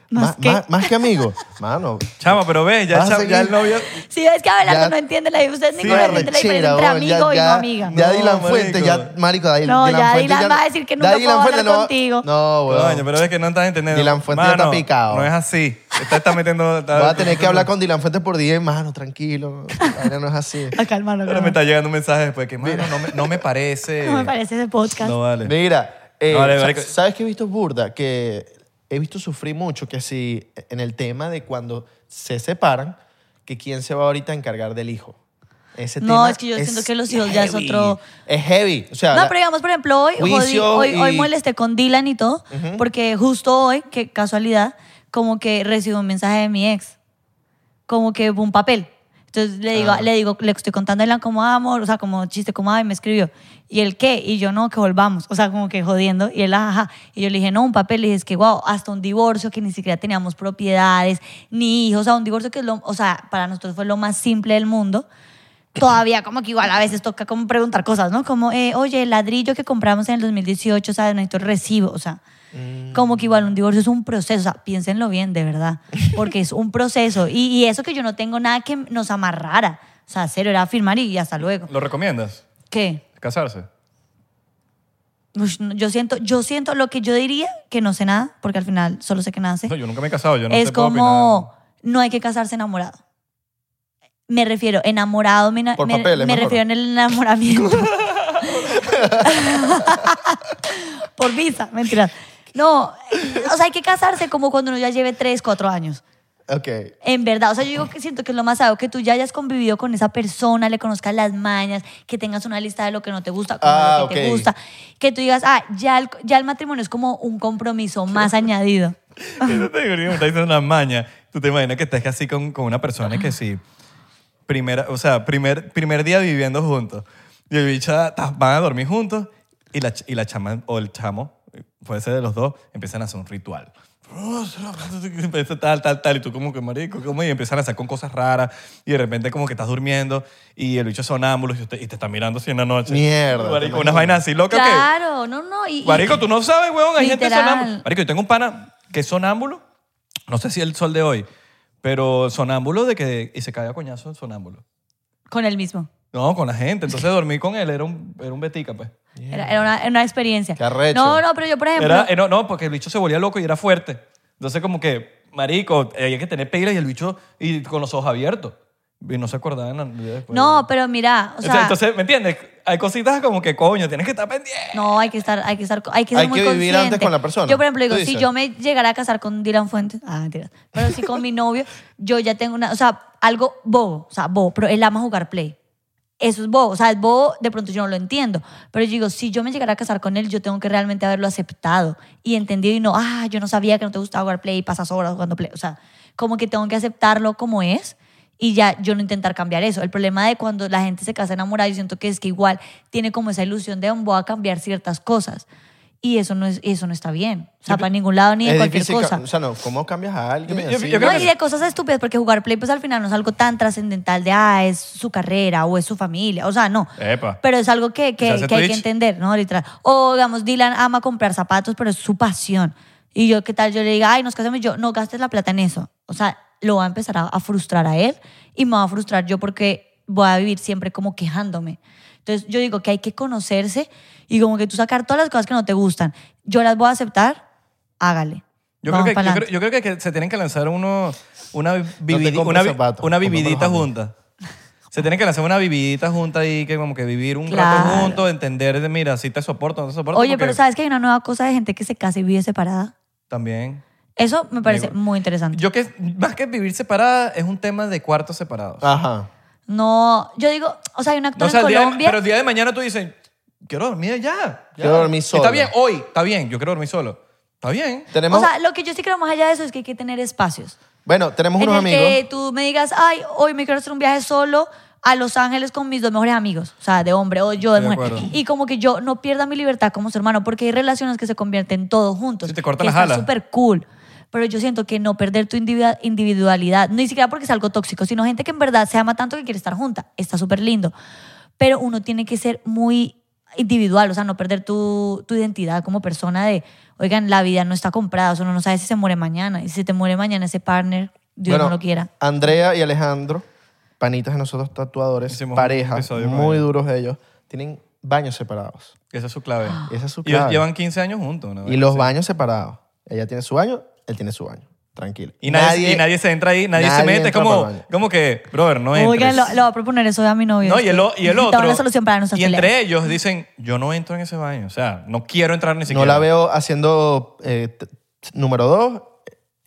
Speaker 3: Más
Speaker 2: Ma-
Speaker 3: que...
Speaker 2: ma- más
Speaker 3: [LAUGHS]
Speaker 2: que amigo. Mano,
Speaker 1: Chama, pero ves, ya,
Speaker 2: Vas a
Speaker 1: cha- ya
Speaker 2: seguir-
Speaker 1: el novio...
Speaker 3: Sí, es que hablando
Speaker 2: Ya-
Speaker 3: no entiende la ustedes
Speaker 2: Sí,
Speaker 3: ni entiende la diferencia
Speaker 2: arrechera,
Speaker 3: entre
Speaker 2: weón,
Speaker 3: amigo y
Speaker 2: ya,
Speaker 3: no amiga.
Speaker 2: Ya
Speaker 1: No,
Speaker 2: Dylan Fuente, ya,
Speaker 1: marico.
Speaker 2: marico, Dylan,
Speaker 3: No, ya
Speaker 2: Fuente
Speaker 3: Dylan
Speaker 2: no-
Speaker 3: va a decir que nunca
Speaker 2: ya
Speaker 3: puedo
Speaker 2: Dylan Fuente
Speaker 3: hablar
Speaker 2: no va-
Speaker 3: contigo.
Speaker 2: No,
Speaker 1: Coño,
Speaker 2: weón.
Speaker 1: pero es que no estás entendiendo.
Speaker 2: Dylan Fuentes ya está
Speaker 1: Mano,
Speaker 2: picado.
Speaker 1: No es así. Está, está metiendo... está-
Speaker 2: Voy a tener que hablar con Dylan Fuente por 10, mano, tranquilo. La vaina no es
Speaker 3: [LAUGHS]
Speaker 2: así.
Speaker 3: A calmarlo.
Speaker 1: Pero me está llegando un mensaje después que, mano, no me, no me parece...
Speaker 3: No me parece ese podcast.
Speaker 1: No vale.
Speaker 2: Mira, eh,
Speaker 1: No, vale,
Speaker 2: sa-
Speaker 1: marico.
Speaker 2: ¿sabes qué he visto burda? Que he visto sufrir mucho que si en el tema de cuando se separan, que quién se va ahorita a encargar del hijo. Ese
Speaker 3: No,
Speaker 2: tema
Speaker 3: es que yo siento que los hijos ya es otro-
Speaker 2: Es heavy. O sea,
Speaker 3: No,
Speaker 2: la-
Speaker 3: pero digamos, por ejemplo, hoy, jodí-
Speaker 2: Juicio
Speaker 3: hoy, hoy
Speaker 2: y-
Speaker 3: molesté con Dylan y todo, porque justo hoy, qué casualidad, como que recibo un mensaje de mi ex, como que un papel. Entonces le
Speaker 2: Ah.
Speaker 3: digo, le digo, le estoy contando a Dylan como "Ah, amor, o sea, como chiste, como ay, me escribió. ¿Y él qué? Y yo no, que volvamos. O sea, como que jodiendo. Y él, ajá. Y yo le dije, no, un papel. Le dije, es que, wow, hasta un divorcio que ni siquiera teníamos propiedades, ni hijos. O sea, un divorcio que es lo, o sea, para nosotros fue lo más simple del mundo todavía como que igual a veces toca como preguntar cosas, ¿no? Como, eh, oye, el ladrillo que compramos en el 2018, o sea, necesito el recibo, o sea, como que igual un divorcio es un proceso, o sea, piénsenlo bien, de verdad, porque es un proceso. Y, y eso que yo no tengo nada que nos amarrara, o sea, cero, era firmar y hasta luego.
Speaker 1: ¿Lo recomiendas?
Speaker 3: ¿Qué?
Speaker 1: ¿Casarse?
Speaker 3: Ush, no, yo siento, yo siento lo que yo diría, que no sé nada, porque al final solo sé que nada sé.
Speaker 1: No, yo nunca me he casado. Yo no
Speaker 3: es
Speaker 1: te puedo
Speaker 3: como
Speaker 1: opinar.
Speaker 3: no hay que casarse enamorado. Me refiero, enamorado, me,
Speaker 2: Por
Speaker 3: me-
Speaker 2: papel,
Speaker 3: me
Speaker 2: es mejor.
Speaker 3: refiero en el enamoramiento.
Speaker 1: [LAUGHS]
Speaker 3: Por visa, mentira. No, o sea, hay que casarse como cuando uno ya lleve 3, 4 años.
Speaker 2: Ok.
Speaker 3: En verdad, o sea, yo digo que siento que es lo más sabio que tú ya hayas convivido con esa persona, le conozcas las mañas, que tengas una lista de lo que no te gusta, como
Speaker 2: Ah,
Speaker 3: lo que te
Speaker 2: ok.
Speaker 3: gusta, que tú digas, ah, ya el, ya el matrimonio es como un compromiso más añadido.
Speaker 1: [LAUGHS] Eso te digo, me está diciendo una maña. Tú te imaginas que estés así con, con una persona que sí. Primera, o sea, primer, primer día viviendo juntos. Y el bicho ah, ta- van a dormir juntos y la, ch- y la chama o el chamo, puede ser de los dos, empiezan a hacer un ritual. Empieza Tal, tal, tal. Y tú como que marico, como y empiezan a hacer con cosas raras. Y de repente como que estás durmiendo y el bicho es sonámbulo y, usted- y te está mirando así en la noche.
Speaker 2: Mierda, te
Speaker 1: Marico,
Speaker 2: imaginas.
Speaker 1: unas vainas así locas que...
Speaker 3: Claro, no, no. Y, y-
Speaker 1: Marico, tú no sabes, weón. Hay gente
Speaker 3: Literal.
Speaker 1: sonámbula. Marico, yo tengo un pana que es sonámbulo. No sé si el sol de hoy, pero sonámbulo de que. Y se cae a coñazo el sonámbulo.
Speaker 3: Con el mismo.
Speaker 1: No, con la gente. Entonces dormí con él. Era un, era un betica, pues.
Speaker 3: Era, era una, era una experiencia.
Speaker 2: Qué arrecho.
Speaker 3: No, no, pero yo, por ejemplo.
Speaker 1: Era, eh, no, no, porque el bicho se volvía loco y era fuerte. Entonces, como que, marico, eh, hay que tener pila y el bicho y con los ojos abiertos. Y no se acordaba en la vida después.
Speaker 3: no, pero mira, o
Speaker 1: O sea,
Speaker 3: sea,
Speaker 1: entonces, ¿me entiendes? Hay cositas como que, coño, tienes que estar pendiente.
Speaker 3: no, hay que estar, hay que estar, hay que ser
Speaker 2: Hay
Speaker 3: muy
Speaker 2: que vivir
Speaker 3: consciente.
Speaker 2: antes con la persona,
Speaker 3: Yo, por ejemplo,
Speaker 2: tú
Speaker 3: digo, si
Speaker 2: dices.
Speaker 3: yo me llegara a casar con Dylan Fuentes, ah, mentira, pero si con mi novio, yo ya tengo una, o sea, algo bobo, o sea, bobo, pero él ama jugar play. Eso es bobo, o sea, es bobo, de pronto yo no lo entiendo, pero yo digo, si yo me llegara a casar con él, yo tengo que realmente haberlo aceptado y entendido y no, ah, yo no sabía que no te gustaba jugar play y pasas horas jugando play, o sea, como que tengo que aceptarlo como es y ya yo no intentar cambiar eso. El problema de cuando la gente se casa enamorada, yo siento que es que igual tiene como esa ilusión de "Mm, voy a cambiar ciertas cosas y eso no, es, eso no está bien, o sea, para ningún lado ni de
Speaker 2: es
Speaker 3: cualquier
Speaker 2: difícil. ca-
Speaker 3: cosa.
Speaker 2: O sea, no, ¿cómo cambias a alguien?
Speaker 1: Yo- yo-
Speaker 2: así?
Speaker 1: yo creo
Speaker 3: No,
Speaker 1: que-
Speaker 3: y de cosas estúpidas, porque jugar play, pues al final no es algo tan trascendental de, ah, es su carrera o es su familia. O sea, no.
Speaker 1: Epa.
Speaker 3: Pero es algo que,
Speaker 1: Se
Speaker 3: que,
Speaker 1: hace
Speaker 3: que hay que
Speaker 1: Twitch.
Speaker 3: entender, ¿no? Literal. O, digamos, Dylan ama comprar zapatos, pero es su pasión. Y yo, ¿qué tal? Yo le diga, ay, nos casamos. Y Yo, no gastes la plata en eso. O sea, lo va a empezar a, a frustrar a él y me va a frustrar yo porque voy a vivir siempre como quejándome. Entonces, yo digo que hay que conocerse y como que tú sacar todas las cosas que no te gustan. Yo las voy a aceptar, hágale.
Speaker 1: Yo creo,
Speaker 3: Vamos
Speaker 1: que, yo,
Speaker 3: pa'lante.
Speaker 1: creo, yo creo que- que se tienen que lanzar uno, una, vividi-
Speaker 2: compres
Speaker 1: una vi-
Speaker 2: zapatos,
Speaker 1: una
Speaker 2: cómprame
Speaker 1: vividita
Speaker 2: los homies.
Speaker 1: junta. Se tienen que lanzar una vividita junta ahí, que como que vivir un rato
Speaker 3: Claro.
Speaker 1: juntos, entender de, mira, si te soporto, no te soporto.
Speaker 3: Oye,
Speaker 1: porque
Speaker 3: pero ¿sabes que hay una nueva cosa de gente que se casa y vive separada?
Speaker 1: También.
Speaker 3: Eso me parece
Speaker 1: Digo,
Speaker 3: muy interesante.
Speaker 1: Yo que, más que vivir separada, es un tema de cuartos separados.
Speaker 2: Ajá.
Speaker 3: no, yo digo, o sea, hay un actor
Speaker 1: No, o sea,
Speaker 3: Ah. en
Speaker 1: el día de-
Speaker 3: Colombia.
Speaker 1: pero el día de mañana tú dices, quiero dormir ya. ya.
Speaker 2: Quiero dormir solo.
Speaker 1: Está bien, hoy, está bien, yo quiero dormir solo. Está bien.
Speaker 2: Tenemos,
Speaker 3: O sea, lo que yo sí creo más allá de eso es que hay que tener espacios.
Speaker 2: bueno, tenemos
Speaker 3: en
Speaker 2: unos
Speaker 3: el
Speaker 2: amigos.
Speaker 3: que tú me digas, ay, hoy me quiero hacer un viaje solo a Los Ángeles con mis dos mejores amigos, o sea, de hombre o yo de,
Speaker 1: Estoy de
Speaker 3: mujer.
Speaker 1: acuerdo.
Speaker 3: Y como que yo no pierda mi libertad como ser humano, porque hay relaciones que se convierten todos juntos.
Speaker 1: Sí, te cortan
Speaker 3: que
Speaker 1: las
Speaker 3: está
Speaker 1: alas.
Speaker 3: súper cool. Pero yo siento que no perder tu individua- individualidad, ni siquiera porque es algo tóxico, sino gente que en verdad se ama tanto que quiere estar junta, está súper lindo. pero uno tiene que ser muy individual, o sea, no perder tu, tu identidad como persona de, oigan, la vida no está comprada, o sea, uno no sabe si se muere mañana, y si se te muere mañana ese partner, Dios
Speaker 2: Bueno,
Speaker 3: no lo quiera.
Speaker 2: Andrea y Alejandro, panitas de nosotros tatuadores,
Speaker 1: Hicimos un
Speaker 2: pareja,
Speaker 1: episodio con
Speaker 2: muy
Speaker 1: ellos.
Speaker 2: duros ellos, tienen baños separados.
Speaker 1: Esa es su clave.
Speaker 2: [GASPS] Esa es su
Speaker 1: Y ellos
Speaker 2: clave.
Speaker 1: llevan 15 años juntos. ¿no?
Speaker 2: Y los baños separados. Ella tiene su baño, él tiene su baño. Tranquilo.
Speaker 1: Y nadie, y nadie se entra ahí, nadie, se
Speaker 2: nadie
Speaker 1: mete. Es
Speaker 2: entra
Speaker 1: como,
Speaker 2: para el baño.
Speaker 1: como que, brother, no entres.
Speaker 3: Oigan, lo, lo voy a proponer eso a mi novio.
Speaker 1: No, y el, o- y el otro.
Speaker 3: Necesitaba una solución para nuestras
Speaker 1: y entre
Speaker 3: peleas.
Speaker 1: ellos dicen, yo no entro en ese baño. O sea, no quiero entrar ni siquiera.
Speaker 2: No la veo haciendo eh, t- t- número dos.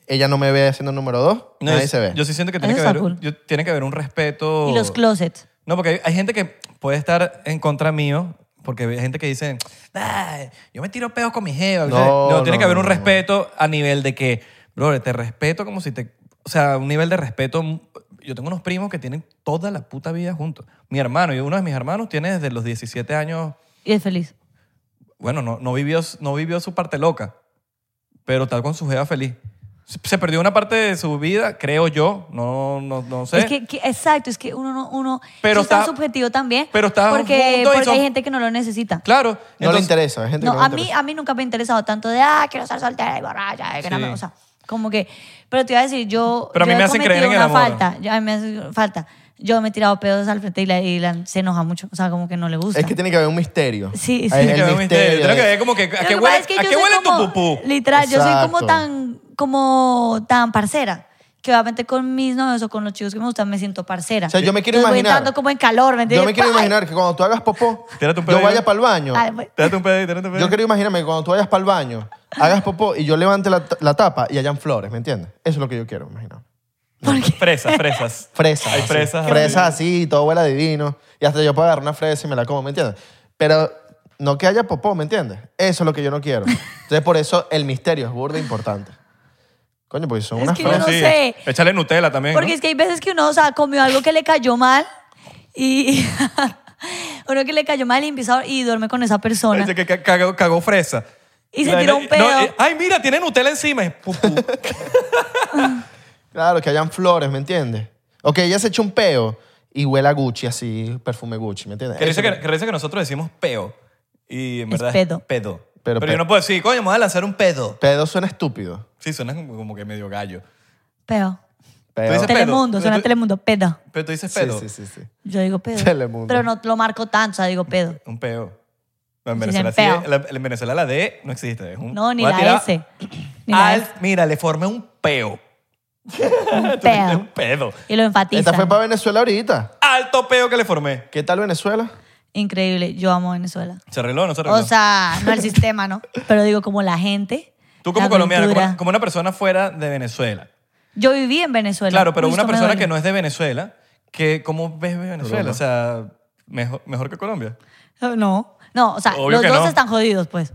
Speaker 2: Ella no me ve haciendo número dos.
Speaker 1: No,
Speaker 2: nadie
Speaker 1: yo-
Speaker 2: se ve.
Speaker 1: Yo sí siento que tiene
Speaker 3: Eso
Speaker 1: que,
Speaker 3: está
Speaker 1: haber,
Speaker 3: cool.
Speaker 1: yo- tiene que haber un respeto.
Speaker 3: Y los closets.
Speaker 1: No, porque hay, hay gente que puede estar en contra mío, porque hay gente que dice, "Ay, yo me tiro peos con mi jeva.
Speaker 2: No,
Speaker 1: ¿sabes? No, tiene
Speaker 2: no,
Speaker 1: que haber un
Speaker 2: no, no.
Speaker 1: respeto a nivel de que, brother, te respeto como si te... O sea, un nivel de respeto... Yo tengo unos primos que tienen toda la puta vida juntos. Mi hermano, y uno de mis hermanos tiene desde los 17 años...
Speaker 3: Y es feliz.
Speaker 1: Bueno, no, no, vivió, no vivió su parte loca, pero está con su jeva feliz. Se- Se perdió una parte de su vida, creo yo, no, no, no sé.
Speaker 3: Es que, que- exacto, es que uno no, uno
Speaker 1: Pero
Speaker 3: eso es tan
Speaker 1: está-
Speaker 3: subjetivo también.
Speaker 1: pero está
Speaker 3: porque,
Speaker 1: junto y
Speaker 3: porque
Speaker 1: son-
Speaker 3: hay gente que no lo necesita.
Speaker 1: claro.
Speaker 2: no le
Speaker 1: entonces-
Speaker 2: interesa. Hay gente que
Speaker 3: No,
Speaker 2: no le
Speaker 3: a mí,
Speaker 2: interesa.
Speaker 3: a mí nunca me ha interesado tanto de, ah, quiero estar soltera y borracha, y que no
Speaker 1: Sí.
Speaker 3: me- o sea, como que, pero te iba a decir, yo,
Speaker 1: Pero a mí
Speaker 3: yo
Speaker 1: me
Speaker 3: he
Speaker 1: hacen
Speaker 3: cometido
Speaker 1: creer en el
Speaker 3: una
Speaker 1: amor.
Speaker 3: falta, yo, a mí me hace falta. Yo me he tirado pedos al frente y la, y la- se enoja mucho, o sea, como que no le gusta.
Speaker 2: Es que tiene que haber un misterio.
Speaker 3: Sí, sí.
Speaker 2: Hay
Speaker 1: Tiene
Speaker 2: el
Speaker 1: que haber un misterio,
Speaker 2: misterio
Speaker 1: tiene que
Speaker 2: de-
Speaker 1: haber como que, ¿a
Speaker 3: Lo
Speaker 1: qué
Speaker 3: que
Speaker 1: huele,
Speaker 3: pasa es que
Speaker 1: a
Speaker 3: yo
Speaker 1: qué
Speaker 3: soy
Speaker 1: huele
Speaker 3: como-
Speaker 1: tu pupú?
Speaker 3: Literal, yo soy como
Speaker 2: Exacto.
Speaker 3: tan, como tan parcera. Que obviamente con mis novios o con los chicos que me gustan me siento parcera.
Speaker 2: O sea, yo me quiero
Speaker 3: Entonces, voy
Speaker 2: imaginar.
Speaker 3: entrando como en calor, ¿me entiendes?
Speaker 2: Yo me quiero
Speaker 3: ¡Pah!
Speaker 2: imaginar que cuando tú hagas popó,
Speaker 1: Tírate un pedo
Speaker 2: yo
Speaker 1: ahí.
Speaker 2: vaya para el baño.
Speaker 3: Ay, bueno.
Speaker 1: Tírate un pedito, tírate un
Speaker 2: Yo
Speaker 1: pedito.
Speaker 2: quiero imaginarme que cuando tú vayas para el baño, hagas popó y yo levante la, ta- la tapa y hayan flores, ¿me entiendes? Eso es lo que yo quiero, me imagino.
Speaker 1: Fresas, fresas.
Speaker 2: Fresas.
Speaker 1: Hay
Speaker 2: así.
Speaker 1: fresas.
Speaker 2: Fresas así, todo huele divino. Y hasta yo puedo agarrar una fresa y me la como, ¿me entiendes? Pero no que haya popó, ¿me entiendes? Eso es lo que yo no quiero. Entonces, por eso el misterio es burda e importante. Coño, porque son
Speaker 3: Es
Speaker 2: unas
Speaker 3: que [LAUGHS] yo no
Speaker 2: fresas.
Speaker 1: Sí,
Speaker 3: sé.
Speaker 1: Échale Nutella también,
Speaker 3: Porque
Speaker 1: ¿no?
Speaker 3: es que hay veces que uno, o sea, comió algo que le cayó mal y... [LAUGHS] uno que le cayó mal y empieza a- y duerme con esa persona.
Speaker 1: Dice que ca- cagó, cagó fresa.
Speaker 3: Y se
Speaker 1: La-
Speaker 3: tiró un
Speaker 1: no,
Speaker 3: pedo.
Speaker 1: eh, ay, mira, tiene Nutella encima. Es
Speaker 2: [LAUGHS]
Speaker 1: pupú.
Speaker 2: Claro, que hayan flores, ¿me entiendes? O que ella se eche un peo y huela a Gucci, así, perfume Gucci, ¿me entiendes?
Speaker 1: Que
Speaker 2: Eso
Speaker 1: dice que,
Speaker 2: es lo-
Speaker 1: que dice que nosotros decimos peo. Y en
Speaker 3: Es
Speaker 1: verdad es
Speaker 3: pedo.
Speaker 1: pedo. Pero,
Speaker 2: Pero
Speaker 1: yo
Speaker 2: pe-
Speaker 1: no puedo decir, coño, me voy a lanzar un pedo.
Speaker 2: Pedo suena estúpido.
Speaker 1: Sí, suena como, como que medio gallo.
Speaker 3: Pedo.
Speaker 2: Pedo.
Speaker 1: dices-
Speaker 3: Telemundo,
Speaker 1: pedo.
Speaker 3: suena
Speaker 1: Tú-
Speaker 3: Telemundo, pedo.
Speaker 1: Pero tú dices
Speaker 2: Sí,
Speaker 1: pedo.
Speaker 2: sí, sí, sí.
Speaker 3: Yo digo pedo.
Speaker 2: Telemundo.
Speaker 3: Pero no lo marco tanto, o sea, digo pedo.
Speaker 1: Un peo. No, en
Speaker 3: Sí,
Speaker 1: Venezuela, sí,
Speaker 3: dicen peo.
Speaker 1: la- en Venezuela la D no existe. es un-
Speaker 3: No, ni
Speaker 1: voy a
Speaker 3: la
Speaker 1: tirar- [CLEARS THROAT] Ah,
Speaker 3: S. Ni la
Speaker 1: Al- [LAUGHS]
Speaker 3: S.
Speaker 1: mira, le formé un peo. [LAUGHS] Tú dices,
Speaker 3: Pedo.
Speaker 1: Un pedo.
Speaker 3: Y lo enfatiza.
Speaker 2: Esta fue para Venezuela ahorita.
Speaker 1: Alto peo que le formé.
Speaker 2: ¿Qué tal Venezuela?
Speaker 3: Increíble, yo amo Venezuela.
Speaker 1: ¿Se arregló o no se arregló?
Speaker 3: O sea, no el sistema,
Speaker 1: [LAUGHS]
Speaker 3: ¿no? Pero digo, como la gente.
Speaker 1: Tú como
Speaker 3: la
Speaker 1: colombiana, como,
Speaker 3: cultura.
Speaker 1: una- como una persona fuera de Venezuela.
Speaker 3: Yo viví en Venezuela.
Speaker 1: Claro, pero
Speaker 3: Uy,
Speaker 1: una
Speaker 3: esto me
Speaker 1: persona
Speaker 3: duele.
Speaker 1: que no es de Venezuela, que ¿cómo ves Venezuela?
Speaker 2: Broma.
Speaker 1: O sea, mejor, mejor que Colombia.
Speaker 3: No, no, o sea,
Speaker 1: Obvio
Speaker 3: los
Speaker 1: que
Speaker 3: dos
Speaker 1: no.
Speaker 3: están jodidos, pues.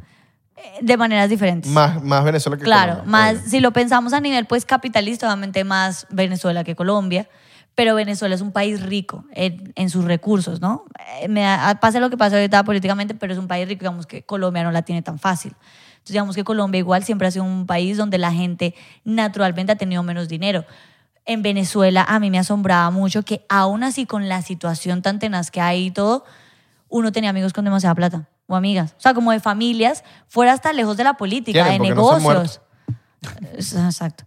Speaker 3: eh, De maneras diferentes.
Speaker 2: Más, más Venezuela que
Speaker 3: claro,
Speaker 2: Colombia,
Speaker 3: más,
Speaker 2: obvio.
Speaker 3: si lo pensamos a nivel pues capitalista, obviamente más Venezuela que Colombia, pero Venezuela es un país rico en, en sus recursos, ¿no? Eh, me da- pase lo que pase ahorita políticamente, pero es un país rico, digamos que Colombia no la tiene tan fácil. Entonces digamos que Colombia igual siempre ha sido un país donde la gente naturalmente ha tenido menos dinero. En Venezuela a mí me asombraba mucho que aún así con la situación tan tenaz que hay y todo, uno tenía amigos con demasiada plata o amigas, o sea, como de familias, fuera hasta lejos de la política,
Speaker 2: Tienen,
Speaker 3: de
Speaker 2: porque no se han
Speaker 3: negocios. [LAUGHS] Exacto.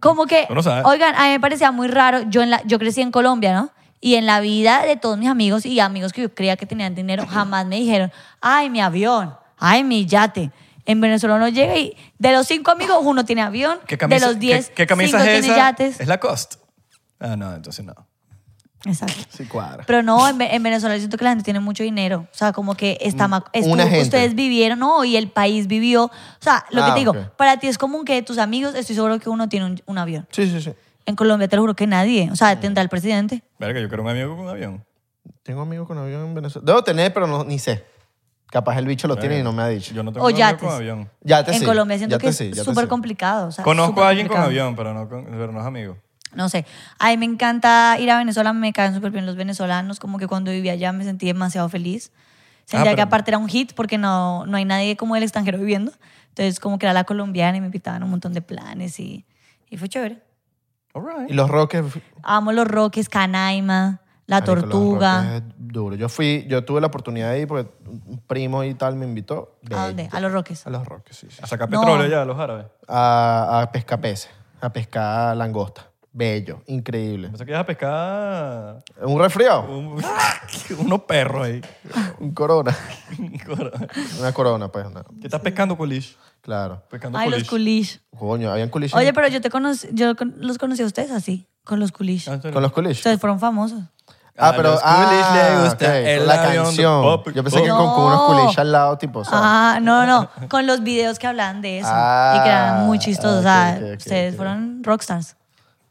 Speaker 3: Como que,
Speaker 1: Uno sabe.
Speaker 3: oigan, a mí me parecía muy raro. Yo, en la, yo crecí en Colombia, ¿no? Y en la vida de todos mis amigos y amigos que yo creía que tenían dinero, jamás me dijeron, ay, mi avión, ay, mi yate. En Venezuela uno llega y de los cinco amigos, uno tiene avión,
Speaker 1: ¿Qué camisa,
Speaker 3: de los diez,
Speaker 1: ¿qué, qué camisa
Speaker 3: cinco
Speaker 1: es
Speaker 3: tiene
Speaker 1: esa?
Speaker 3: yates.
Speaker 1: Es la cost. Ah, no, entonces no.
Speaker 3: Exacto.
Speaker 2: Sí, cuadra.
Speaker 3: Pero no, en, Ve- en Venezuela yo siento que la gente tiene mucho dinero. O sea, como que está ma- estuvo-
Speaker 2: Mm, una gente.
Speaker 3: ustedes vivieron, ¿no? Y el país vivió. O sea, lo que
Speaker 2: Ah,
Speaker 3: te digo,
Speaker 2: ok.
Speaker 3: para ti es común que tus amigos, estoy seguro que uno tiene un, un avión.
Speaker 2: Sí, sí, sí.
Speaker 3: En Colombia te lo juro que nadie. O
Speaker 2: Mm.
Speaker 3: sea, tendrá el presidente.
Speaker 1: Verga, yo quiero un amigo con un avión.
Speaker 2: Tengo amigos con avión en Venezuela. Debo tener, pero no, ni sé. Capaz el bicho lo tiene y no me ha dicho.
Speaker 1: Yo no tengo
Speaker 3: O
Speaker 1: un amigo
Speaker 3: yates.
Speaker 1: con avión.
Speaker 2: Ya te
Speaker 3: en
Speaker 2: sí,
Speaker 3: Colombia siento
Speaker 2: ya
Speaker 3: que
Speaker 2: te
Speaker 3: es
Speaker 2: sí, ya te
Speaker 3: súper
Speaker 2: sí.
Speaker 3: complicado. o sea,
Speaker 1: Conozco
Speaker 3: súper
Speaker 1: a alguien con
Speaker 3: complicado.
Speaker 1: avión, pero no, con- pero no es amigo.
Speaker 3: No sé. A mí me encanta ir a Venezuela, me caen súper bien los venezolanos. Como que cuando vivía allá me sentí demasiado feliz. Sentía
Speaker 1: pero-
Speaker 3: que aparte era un hit porque no, no hay nadie como el extranjero viviendo. Entonces, como que era la colombiana y me invitaban a un montón de planes y, y fue chévere.
Speaker 1: All right.
Speaker 2: Y los roques.
Speaker 3: Amo los Roques, Canaima. La
Speaker 2: Marico, los
Speaker 3: Tortuga.
Speaker 2: Roques es duro. Yo fui, yo tuve la oportunidad de ir porque un primo y tal me invitó.
Speaker 3: ¿A dónde? A Los Roques.
Speaker 2: A los Roques, sí, sí.
Speaker 1: A sacar
Speaker 3: No.
Speaker 1: petróleo ya, los árabes.
Speaker 2: A, a pescar peces, a pescar langosta. Bello, increíble.
Speaker 1: Pensé que ibas a pescar
Speaker 2: Un resfriado,
Speaker 1: un- [LAUGHS] unos perros ahí.
Speaker 2: un corona.
Speaker 1: ¿Qué
Speaker 2: Una corona, pues, no,
Speaker 1: estás pescando, culish?
Speaker 2: claro.
Speaker 1: Pescando
Speaker 3: Ay, los
Speaker 1: culish.
Speaker 3: culish.
Speaker 2: Coño, habían culiches.
Speaker 3: Oye, pero yo te conocí, yo con- los conocí a ustedes así, con los culish.
Speaker 1: Ah, en serio.
Speaker 2: Con los culiches.
Speaker 3: Ustedes fueron famosos.
Speaker 2: Ah,
Speaker 1: A
Speaker 2: pero
Speaker 1: los
Speaker 2: ah,
Speaker 1: coolish le gusta
Speaker 2: ok,
Speaker 1: el
Speaker 2: la
Speaker 1: avión.
Speaker 2: canción.
Speaker 1: Pop,
Speaker 2: Yo pensé que
Speaker 3: pop.
Speaker 2: con, con unos
Speaker 3: No.
Speaker 2: culiches al lado, tipo, o sea,
Speaker 3: Ah, no,
Speaker 2: [LAUGHS]
Speaker 3: no, con los videos que hablaban de eso
Speaker 2: Ah,
Speaker 3: y que eran muy chistosos.
Speaker 2: ok,
Speaker 3: o sea,
Speaker 2: ok, ok,
Speaker 3: ustedes
Speaker 2: ok.
Speaker 3: fueron rockstars.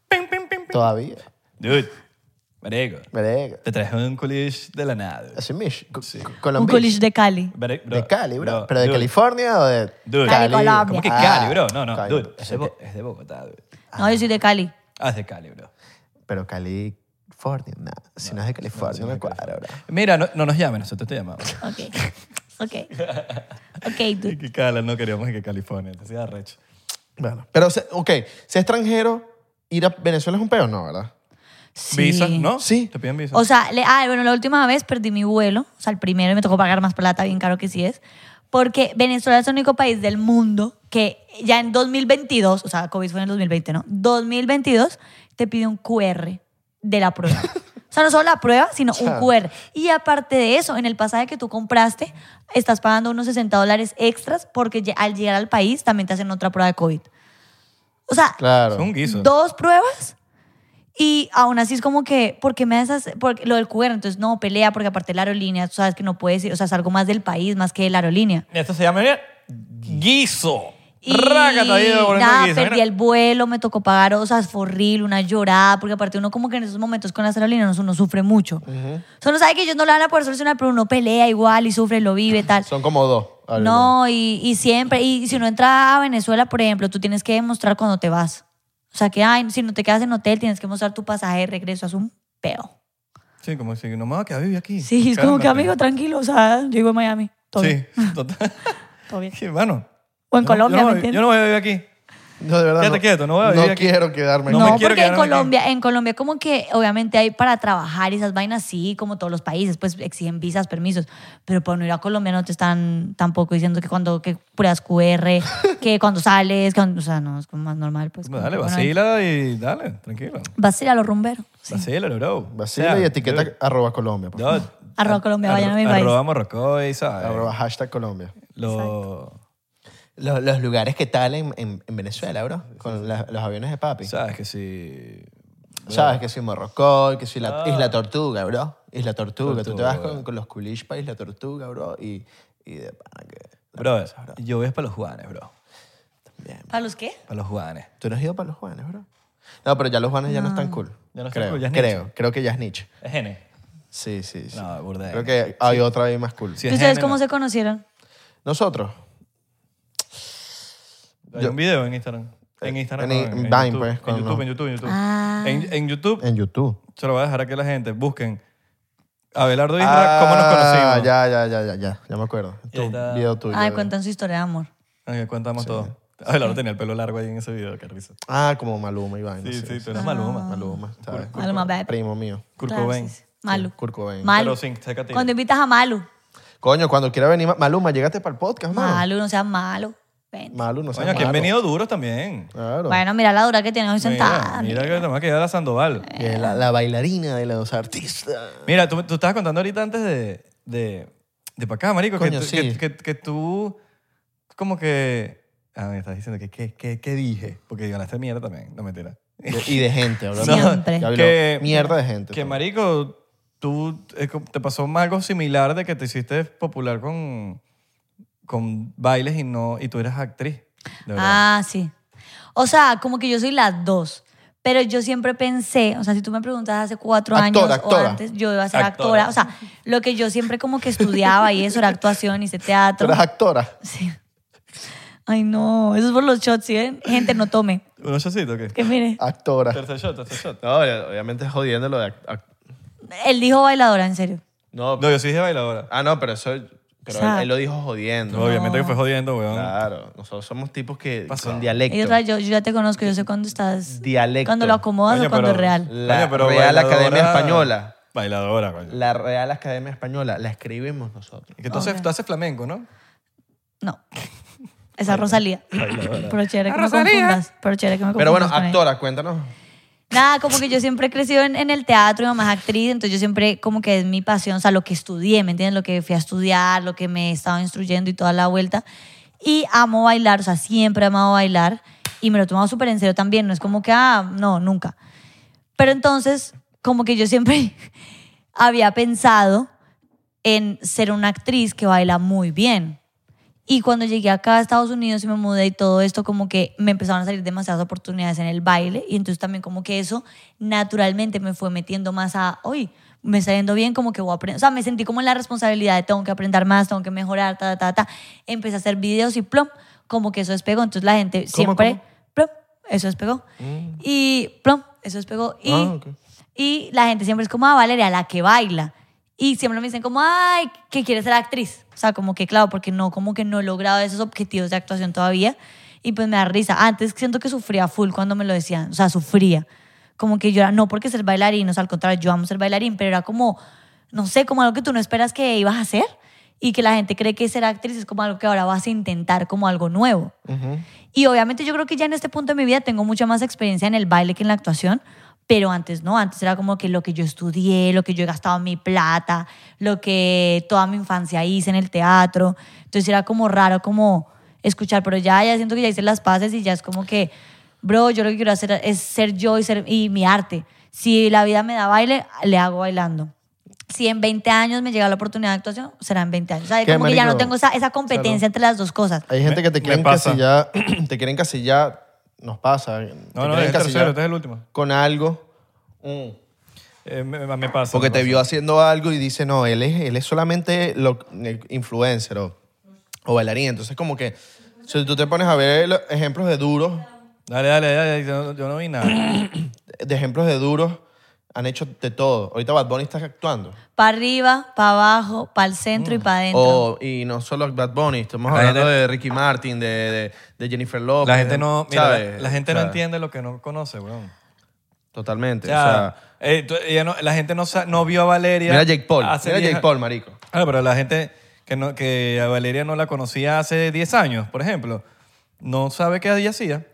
Speaker 1: Pim, pim, pim, pim.
Speaker 2: todavía.
Speaker 1: Dude, marico,
Speaker 2: Verga.
Speaker 1: te traje un culish de la nada. dude.
Speaker 2: Así mish. co- co-
Speaker 3: Un
Speaker 2: Colombish.
Speaker 3: culish de Cali.
Speaker 1: Bere- bro,
Speaker 2: De Cali, bro. ¿Pero de
Speaker 1: dude,
Speaker 2: California o de
Speaker 1: Dude.
Speaker 3: Cali, Colombia.
Speaker 1: ¿Cómo que
Speaker 2: Ah,
Speaker 1: Cali, bro? No, no,
Speaker 2: Cali.
Speaker 1: dude, es de, Bo- es de Bogotá, dude.
Speaker 3: No, yo soy de Cali.
Speaker 1: Ah, es de Cali, bro.
Speaker 2: Pero California, nada. Si no es de California, no, cuadra, bro.
Speaker 1: Mira, no, no nos llamen, nosotros te llamamos.
Speaker 2: Ah.
Speaker 3: Ok.
Speaker 2: [LAUGHS]
Speaker 3: Ok. Ok, dude.
Speaker 1: que Cala, no queríamos que California, te hacía recho.
Speaker 2: Bueno, pero, se- ok, ser extranjero, ir a Venezuela es un peo, ¿no, verdad?
Speaker 3: Sí.
Speaker 1: ¿Visa? ¿No?
Speaker 2: Sí.
Speaker 1: ¿Te piden visa?
Speaker 3: O sea, le, ah, bueno, la última vez perdí mi vuelo, o sea, el primero, y me tocó pagar más plata, bien caro que sí es, porque Venezuela es el único país del mundo que ya en 2022, o sea, COVID fue en el 2020, ¿no? 2022 te pide un QR de la prueba. O sea, no solo la prueba, sino un
Speaker 2: Chao.
Speaker 3: QR. Y aparte de eso, en el pasaje que tú compraste, estás pagando unos 60 dólares extras porque ya- al llegar al país también te hacen otra prueba de COVID. O sea,
Speaker 2: Claro.
Speaker 1: es un guiso.
Speaker 3: dos pruebas y aún así es como que, ¿por qué me haces porque lo del QR? Entonces, no, pelea, porque aparte la aerolínea, tú sabes que no puedes ir, o sea, es algo más del país, más que de la aerolínea.
Speaker 1: Esto se llama mira, guiso.
Speaker 3: Y
Speaker 1: Rácata, ahí devolviendo
Speaker 3: nada,
Speaker 1: guiso,
Speaker 3: perdí
Speaker 1: mira.
Speaker 3: el vuelo, me tocó pagar, o sea, fue horrible, una llorada, porque aparte uno como que en esos momentos con las aerolíneas uno sufre mucho. O sea, uno sabe que ellos no le van a poder solucionar, pero uno pelea igual y sufre, lo vive, tal.
Speaker 2: Son como dos. ahora mismo.
Speaker 3: No, y, y siempre, y si uno entra a Venezuela, por ejemplo, tú tienes que demostrar cuando te vas. O sea, que ay, si no te quedas en hotel, tienes que mostrar tu pasaje de regreso, es un peo.
Speaker 1: Sí, como si no me voy a quedar viviendo aquí.
Speaker 3: Sí, es como que
Speaker 1: Cálmate.
Speaker 3: amigo, tranquilo, o sea, yo vivo en Miami, todo, bien,
Speaker 1: Sí, [LAUGHS] total.
Speaker 3: todo bien.
Speaker 1: Sí, Bueno.
Speaker 3: O en
Speaker 1: yo no-
Speaker 3: Colombia,
Speaker 1: yo no,
Speaker 3: ¿me
Speaker 1: voy-
Speaker 3: entiendes?
Speaker 1: Yo no voy a vivir aquí.
Speaker 2: No, de verdad.
Speaker 1: Quédate quieto, no voy a vivir aquí.
Speaker 2: quiero quedarme
Speaker 1: No
Speaker 3: No,
Speaker 1: me
Speaker 2: aquí.
Speaker 1: quiero
Speaker 3: porque en
Speaker 1: quedarme aquí.
Speaker 3: Colombia, en Colombia como que obviamente hay para trabajar y esas vainas sí, como todos los países, pues exigen visas, permisos, pero para no ir a Colombia no te están tampoco diciendo que cuando que pruebas QR, que cuando sales, que cuando- o sea, no, es como más
Speaker 1: [LAUGHS]
Speaker 3: normal, pues. como
Speaker 1: Dale,
Speaker 3: que, bueno,
Speaker 1: vacila y dale, tranquilo.
Speaker 3: Vacila a los rumberos. sí.
Speaker 1: Vacila, bro.
Speaker 2: Vacila
Speaker 1: O sea,
Speaker 2: y etiqueta
Speaker 1: dude,
Speaker 2: arroba Colombia. por favor.
Speaker 1: dude,
Speaker 3: Arroba Colombia, vayan a mi país.
Speaker 1: Arroba Morrocoy, ¿sabes?
Speaker 2: Arroba hashtag Colombia.
Speaker 1: Lo,
Speaker 2: Los, lugares que tal en, Venezuela, bro. Con los aviones de papi.
Speaker 1: ¿Sabes que si...
Speaker 2: Sabes que soy Morrocoy, que soy la
Speaker 1: Ah.
Speaker 2: Isla Tortuga, bro. Isla Tortuga. Tú te vas con, con los culish para Isla Tortuga, bro. Y, y de ah, pana que.
Speaker 1: Bro, yo voy para los Juanes, bro.
Speaker 2: Bien.
Speaker 3: ¿Para los qué?
Speaker 1: Para los Juanes.
Speaker 2: Tú no has ido para los Juanes, bro. No, pero ya los Juanes ya no están cool.
Speaker 1: Ya no están
Speaker 2: creo,
Speaker 1: cool, ya es
Speaker 2: creo, creo que ya es Nietzsche.
Speaker 1: Es N.
Speaker 2: Sí, sí, sí.
Speaker 1: No, burda de
Speaker 2: Creo que hay otra vez más cool.
Speaker 1: Sí,
Speaker 3: ¿Y
Speaker 1: es
Speaker 3: ustedes
Speaker 1: N,
Speaker 3: cómo
Speaker 1: no.
Speaker 3: se conocieron?
Speaker 2: Nosotros.
Speaker 1: Hay un video en Instagram. En Instagram.
Speaker 2: en-
Speaker 1: no,
Speaker 2: en Vine,
Speaker 1: YouTube.
Speaker 2: pues,
Speaker 1: En
Speaker 2: cuando-
Speaker 1: YouTube, en YouTube, en YouTube.
Speaker 3: Ah.
Speaker 1: En, en YouTube,
Speaker 2: En YouTube.
Speaker 1: se lo voy a dejar aquí a la gente. Busquen Abelardo Isla, cómo nos
Speaker 2: Ah,
Speaker 1: conocimos.
Speaker 2: Ya, ya, ya, ya, ya. Ya me acuerdo.
Speaker 1: Y ahí
Speaker 2: Tu
Speaker 1: está.
Speaker 2: video tuyo.
Speaker 3: Ay,
Speaker 2: de-
Speaker 3: cuentan su historia de amor.
Speaker 1: Ay, contamos todo. Abelardo tenía el pelo largo ahí en ese video, qué risa.
Speaker 2: Ah, como Maluma, Iván.
Speaker 1: Sí, sí, tú eres
Speaker 3: Ah.
Speaker 1: Maluma.
Speaker 2: Maluma, ¿sabes?
Speaker 3: Maluma, babe.
Speaker 2: Primo mío.
Speaker 1: Kurt
Speaker 3: Claro,
Speaker 1: Cobain.
Speaker 3: sí, sí. Malu.
Speaker 2: Kurt Cobain.
Speaker 3: Malu.
Speaker 1: Pero sin secatilla.
Speaker 3: Cuando invitas a Malu.
Speaker 2: Coño, cuando quiera venir, Ma- Maluma, llegaste para el podcast, mano.
Speaker 3: Malu, no seas malo. Ven.
Speaker 2: Malu, no sé.
Speaker 1: Coño, que han venido duros también.
Speaker 2: Claro.
Speaker 3: Bueno, mira la dura que tiene hoy sentada.
Speaker 1: Mira, mira que nada más que ya la
Speaker 3: Eh.
Speaker 1: Sandoval.
Speaker 2: Que Eh, La, la bailarina de los artistas.
Speaker 1: Mira, tú, tú estabas contando ahorita antes de, de, de para acá, marico, que,
Speaker 2: Coño,
Speaker 1: tú-
Speaker 2: sí.
Speaker 1: que, que- que tú como que... Ah, me estás diciendo que qué que, que dije, porque ganaste mierda también, no mentira.
Speaker 2: De- y de gente,
Speaker 3: No,
Speaker 2: bro.
Speaker 3: Siempre.
Speaker 2: Ya habló.
Speaker 1: que-
Speaker 2: Mierda de gente. pues.
Speaker 1: Que
Speaker 2: bro.
Speaker 1: marico, tú eh, co- te pasó algo similar de que te hiciste popular con, con bailes y no y tú eras actriz, de verdad.
Speaker 3: Ah, sí. O sea, como que yo soy las dos. Pero yo siempre pensé, o sea, si tú me preguntas hace cuatro
Speaker 2: Actora,
Speaker 3: años
Speaker 2: actora.
Speaker 3: o antes, yo iba a ser
Speaker 1: Actora.
Speaker 3: actora. O sea, lo que yo siempre como que estudiaba y eso era actuación, hice
Speaker 2: [LAUGHS] Tú
Speaker 3: teatro.
Speaker 2: eres actora.
Speaker 3: Sí. Ay, no, eso es por los shots, ¿sí? ven? Gente, no tome.
Speaker 1: ¿Unos shotcitos o qué?
Speaker 3: Que mire,
Speaker 2: Actora.
Speaker 1: Tercer shot, tercer shot.
Speaker 2: No, obviamente es jodiendo lo de.
Speaker 3: él dijo bailadora, en serio.
Speaker 2: no,
Speaker 1: No, yo sí dije bailadora.
Speaker 2: Ah, no, pero eso. Pero
Speaker 3: O sea,
Speaker 2: él, él lo dijo jodiendo.
Speaker 1: Obviamente que fue jodiendo, weón.
Speaker 2: Claro. Nosotros somos tipos que.
Speaker 1: Pasó.
Speaker 2: Con
Speaker 3: Y
Speaker 2: dialecto.
Speaker 3: otra, yo, yo ya te conozco, yo sé cuándo estás.
Speaker 2: Dialecto.
Speaker 3: Cuando lo acomodas
Speaker 1: Coño,
Speaker 3: o cuando
Speaker 1: pero-
Speaker 3: es real.
Speaker 2: La
Speaker 1: Coño, pero
Speaker 2: Real
Speaker 1: bailadora-
Speaker 2: Academia Española
Speaker 1: Bailadora, coño.
Speaker 2: La Real Academia Española la escribimos nosotros.
Speaker 1: Que entonces
Speaker 3: Ok.
Speaker 1: tú haces flamenco, ¿no?
Speaker 3: No. Esa es Rosalía. Pero chévere que me confundas. Pero chévere que me confundas.
Speaker 2: Pero bueno,
Speaker 3: con ella.
Speaker 2: actora, cuéntanos.
Speaker 3: Nada, como que yo siempre he crecido en, en el teatro, mi mamá es actriz, entonces yo siempre como que es mi pasión, o sea, lo que estudié, ¿me entiendes? Lo que fui a estudiar, lo que me estaba instruyendo y toda la vuelta. Y amo bailar, o sea, siempre he amado bailar y me lo he tomado súper en serio también, no es como que, ah, no, nunca. Pero entonces, como que yo siempre [LAUGHS] había pensado en ser una actriz que baila muy bien. Y cuando llegué acá a Estados Unidos y me mudé y todo esto, como que me empezaron a salir demasiadas oportunidades en el baile. Y entonces también como que eso naturalmente me fue metiendo más a, hoy me está yendo bien, como que voy a aprender. O sea, me sentí como en la responsabilidad de tengo que aprender más, tengo que mejorar, ta, ta, ta. ta. Empecé a hacer videos y plom, como que eso despegó. Entonces la gente siempre,
Speaker 2: cómo?
Speaker 3: plom, eso despegó. Y plom, eso despegó. Y,
Speaker 2: Mm. Ah, ok.
Speaker 3: y la gente siempre es como, ah, Valeria, la que baila. Y siempre me dicen como, ay, que quieres ser actriz. O sea, como que claro, porque no, como que no he logrado esos objetivos de actuación todavía. Y pues me da risa. Antes siento que sufría full cuando me lo decían. O sea, sufría. Como que yo era, no porque ser bailarín, o sea, al contrario, yo amo ser bailarín, pero era como, no sé, como algo que tú no esperas que ibas a hacer. Y que la gente cree que ser actriz es como algo que ahora vas a intentar como algo nuevo. Y obviamente yo creo que ya en este punto de mi vida tengo mucha más experiencia en el baile que en la actuación, pero antes no, antes era como que lo que yo estudié, lo que yo he gastado mi plata, lo que toda mi infancia hice en el teatro, entonces era como raro como escuchar, pero ya, ya siento que ya hice las paces y ya es como que, bro, yo lo que quiero hacer es ser yo y, ser, y mi arte. Si la vida me da baile, le hago bailando. Si en 20 años me llega la oportunidad de actuación, será en 20 años. O sea,
Speaker 2: Qué
Speaker 3: como que ya
Speaker 2: marico.
Speaker 3: no tengo esa, esa competencia entre las dos cosas.
Speaker 2: Hay gente
Speaker 1: Me-
Speaker 2: que te
Speaker 1: me
Speaker 2: quiere
Speaker 1: pasa.
Speaker 2: encasillar, [CLEARS THROAT] te quieren encasillar, nos pasa.
Speaker 1: No, no, es el tercero, este es el último.
Speaker 2: Con algo. mm,
Speaker 1: Eh, me, me pasa.
Speaker 2: Porque
Speaker 1: me
Speaker 2: te
Speaker 1: pasa.
Speaker 2: vio haciendo algo y dice, no, él es, él es solamente lo, influencer o, o bailarín. Entonces, como que, si tú te pones a ver los ejemplos de duros,
Speaker 1: Dale, dale, dale, yo, no- yo no vi nada.
Speaker 2: de ejemplos de duros, han hecho de todo. Ahorita Bad Bunny está actuando.
Speaker 3: para arriba, para abajo, para el centro y
Speaker 1: Mm.
Speaker 3: para
Speaker 1: Oh,
Speaker 3: adentro.
Speaker 2: O- y no solo Bad Bunny, estamos
Speaker 1: La
Speaker 2: hablando
Speaker 1: gente-
Speaker 2: de Ricky Martin, de, de- de Jennifer Lopez.
Speaker 1: La gente no, mira, la-
Speaker 2: ¿sabes?
Speaker 1: la, gente
Speaker 2: O
Speaker 1: no
Speaker 2: sea,
Speaker 1: entiende lo que no conoce, weón.
Speaker 2: Totalmente.
Speaker 1: O
Speaker 2: O sea,
Speaker 1: sea, eh, tú- ella no- la gente no, sa- no vio a Valeria.
Speaker 2: mira Jake Paul.
Speaker 1: hace
Speaker 2: Mira
Speaker 1: diez-
Speaker 2: Jake Paul, marico.
Speaker 1: Ah, pero la gente que, no, que a Valeria no la conocía hace 10 años, por ejemplo, no sabe qué ella hacía.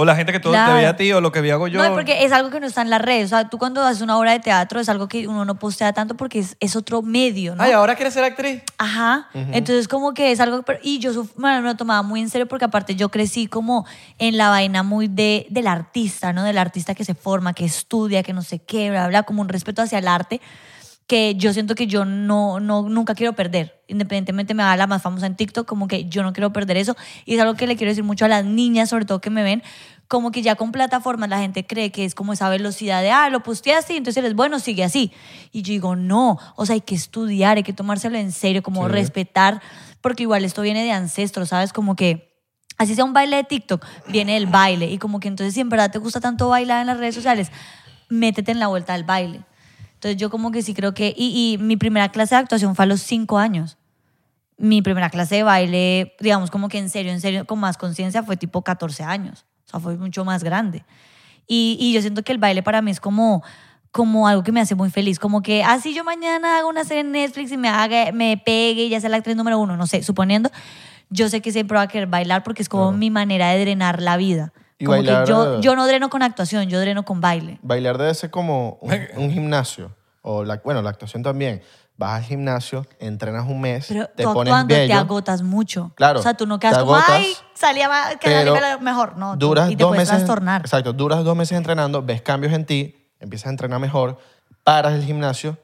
Speaker 1: O la gente que tú
Speaker 3: Claro.
Speaker 1: te veía a ti o lo que veía hago yo.
Speaker 3: No, y porque es algo que no está en las redes. O sea, tú cuando haces una obra de teatro es algo que uno no postea tanto porque es, es otro medio, ¿no?
Speaker 1: Ay, ¿ahora quieres ser actriz?
Speaker 3: Ajá. Entonces, como que es algo. pero- y yo suf- bueno, me lo tomaba muy en serio porque, aparte, yo crecí como en la vaina muy de, del artista, ¿no? Del artista que se forma, que estudia, que no sé qué, bla, bla, como un respeto hacia el arte que yo siento que yo no, no, nunca quiero perder. Independientemente me haga la más famosa en TikTok, como que yo no quiero perder eso. Y es algo que le quiero decir mucho a las niñas, sobre todo que me ven, como que ya con plataformas la gente cree que es como esa velocidad de, ah, lo posteaste y entonces eres bueno, sigue así. Y yo digo, no, o sea, hay que estudiar, hay que tomárselo en serio, como respetar, porque igual esto viene de ancestros, ¿sabes? Como que... Así sea un baile de TikTok, viene el baile. Y como que entonces, si en verdad te gusta tanto bailar en las redes sociales, métete en la vuelta al baile. Entonces yo como que sí creo que... Y, y mi primera clase de actuación fue a los cinco años. Mi primera clase de baile, digamos como que en serio, en serio, con más conciencia, fue tipo 14 años. O sea, fue mucho más grande. Y, y yo siento que el baile para mí es como, como algo que me hace muy feliz. Como que así yo mañana hago una serie en Netflix y me, haga, me pegue y ya sea la actriz número uno, no sé, suponiendo. Yo sé que siempre va a querer bailar porque es como mi manera de drenar la vida.
Speaker 2: Y
Speaker 3: como
Speaker 2: bailar,
Speaker 3: que yo,
Speaker 2: eh.
Speaker 3: yo no dreno con actuación, yo dreno con baile.
Speaker 2: Bailar debe ser como un, un gimnasio. O la, bueno, la actuación también. Vas al gimnasio, entrenas un mes,
Speaker 3: Pero
Speaker 2: te
Speaker 3: tú
Speaker 2: pones
Speaker 3: actuando te
Speaker 2: bello,
Speaker 3: agotas mucho.
Speaker 2: Claro,
Speaker 3: O sea, tú no quedas
Speaker 2: te
Speaker 3: como,
Speaker 2: agotas,
Speaker 3: ay, salía más- que
Speaker 2: pero
Speaker 3: salía mejor. No, Oh, tú-
Speaker 2: duras
Speaker 3: y te
Speaker 2: dos
Speaker 3: puedes
Speaker 2: meses.
Speaker 3: trastornar.
Speaker 2: Exacto, duras dos meses entrenando, ves cambios en ti, empiezas a entrenar mejor, paras el gimnasio,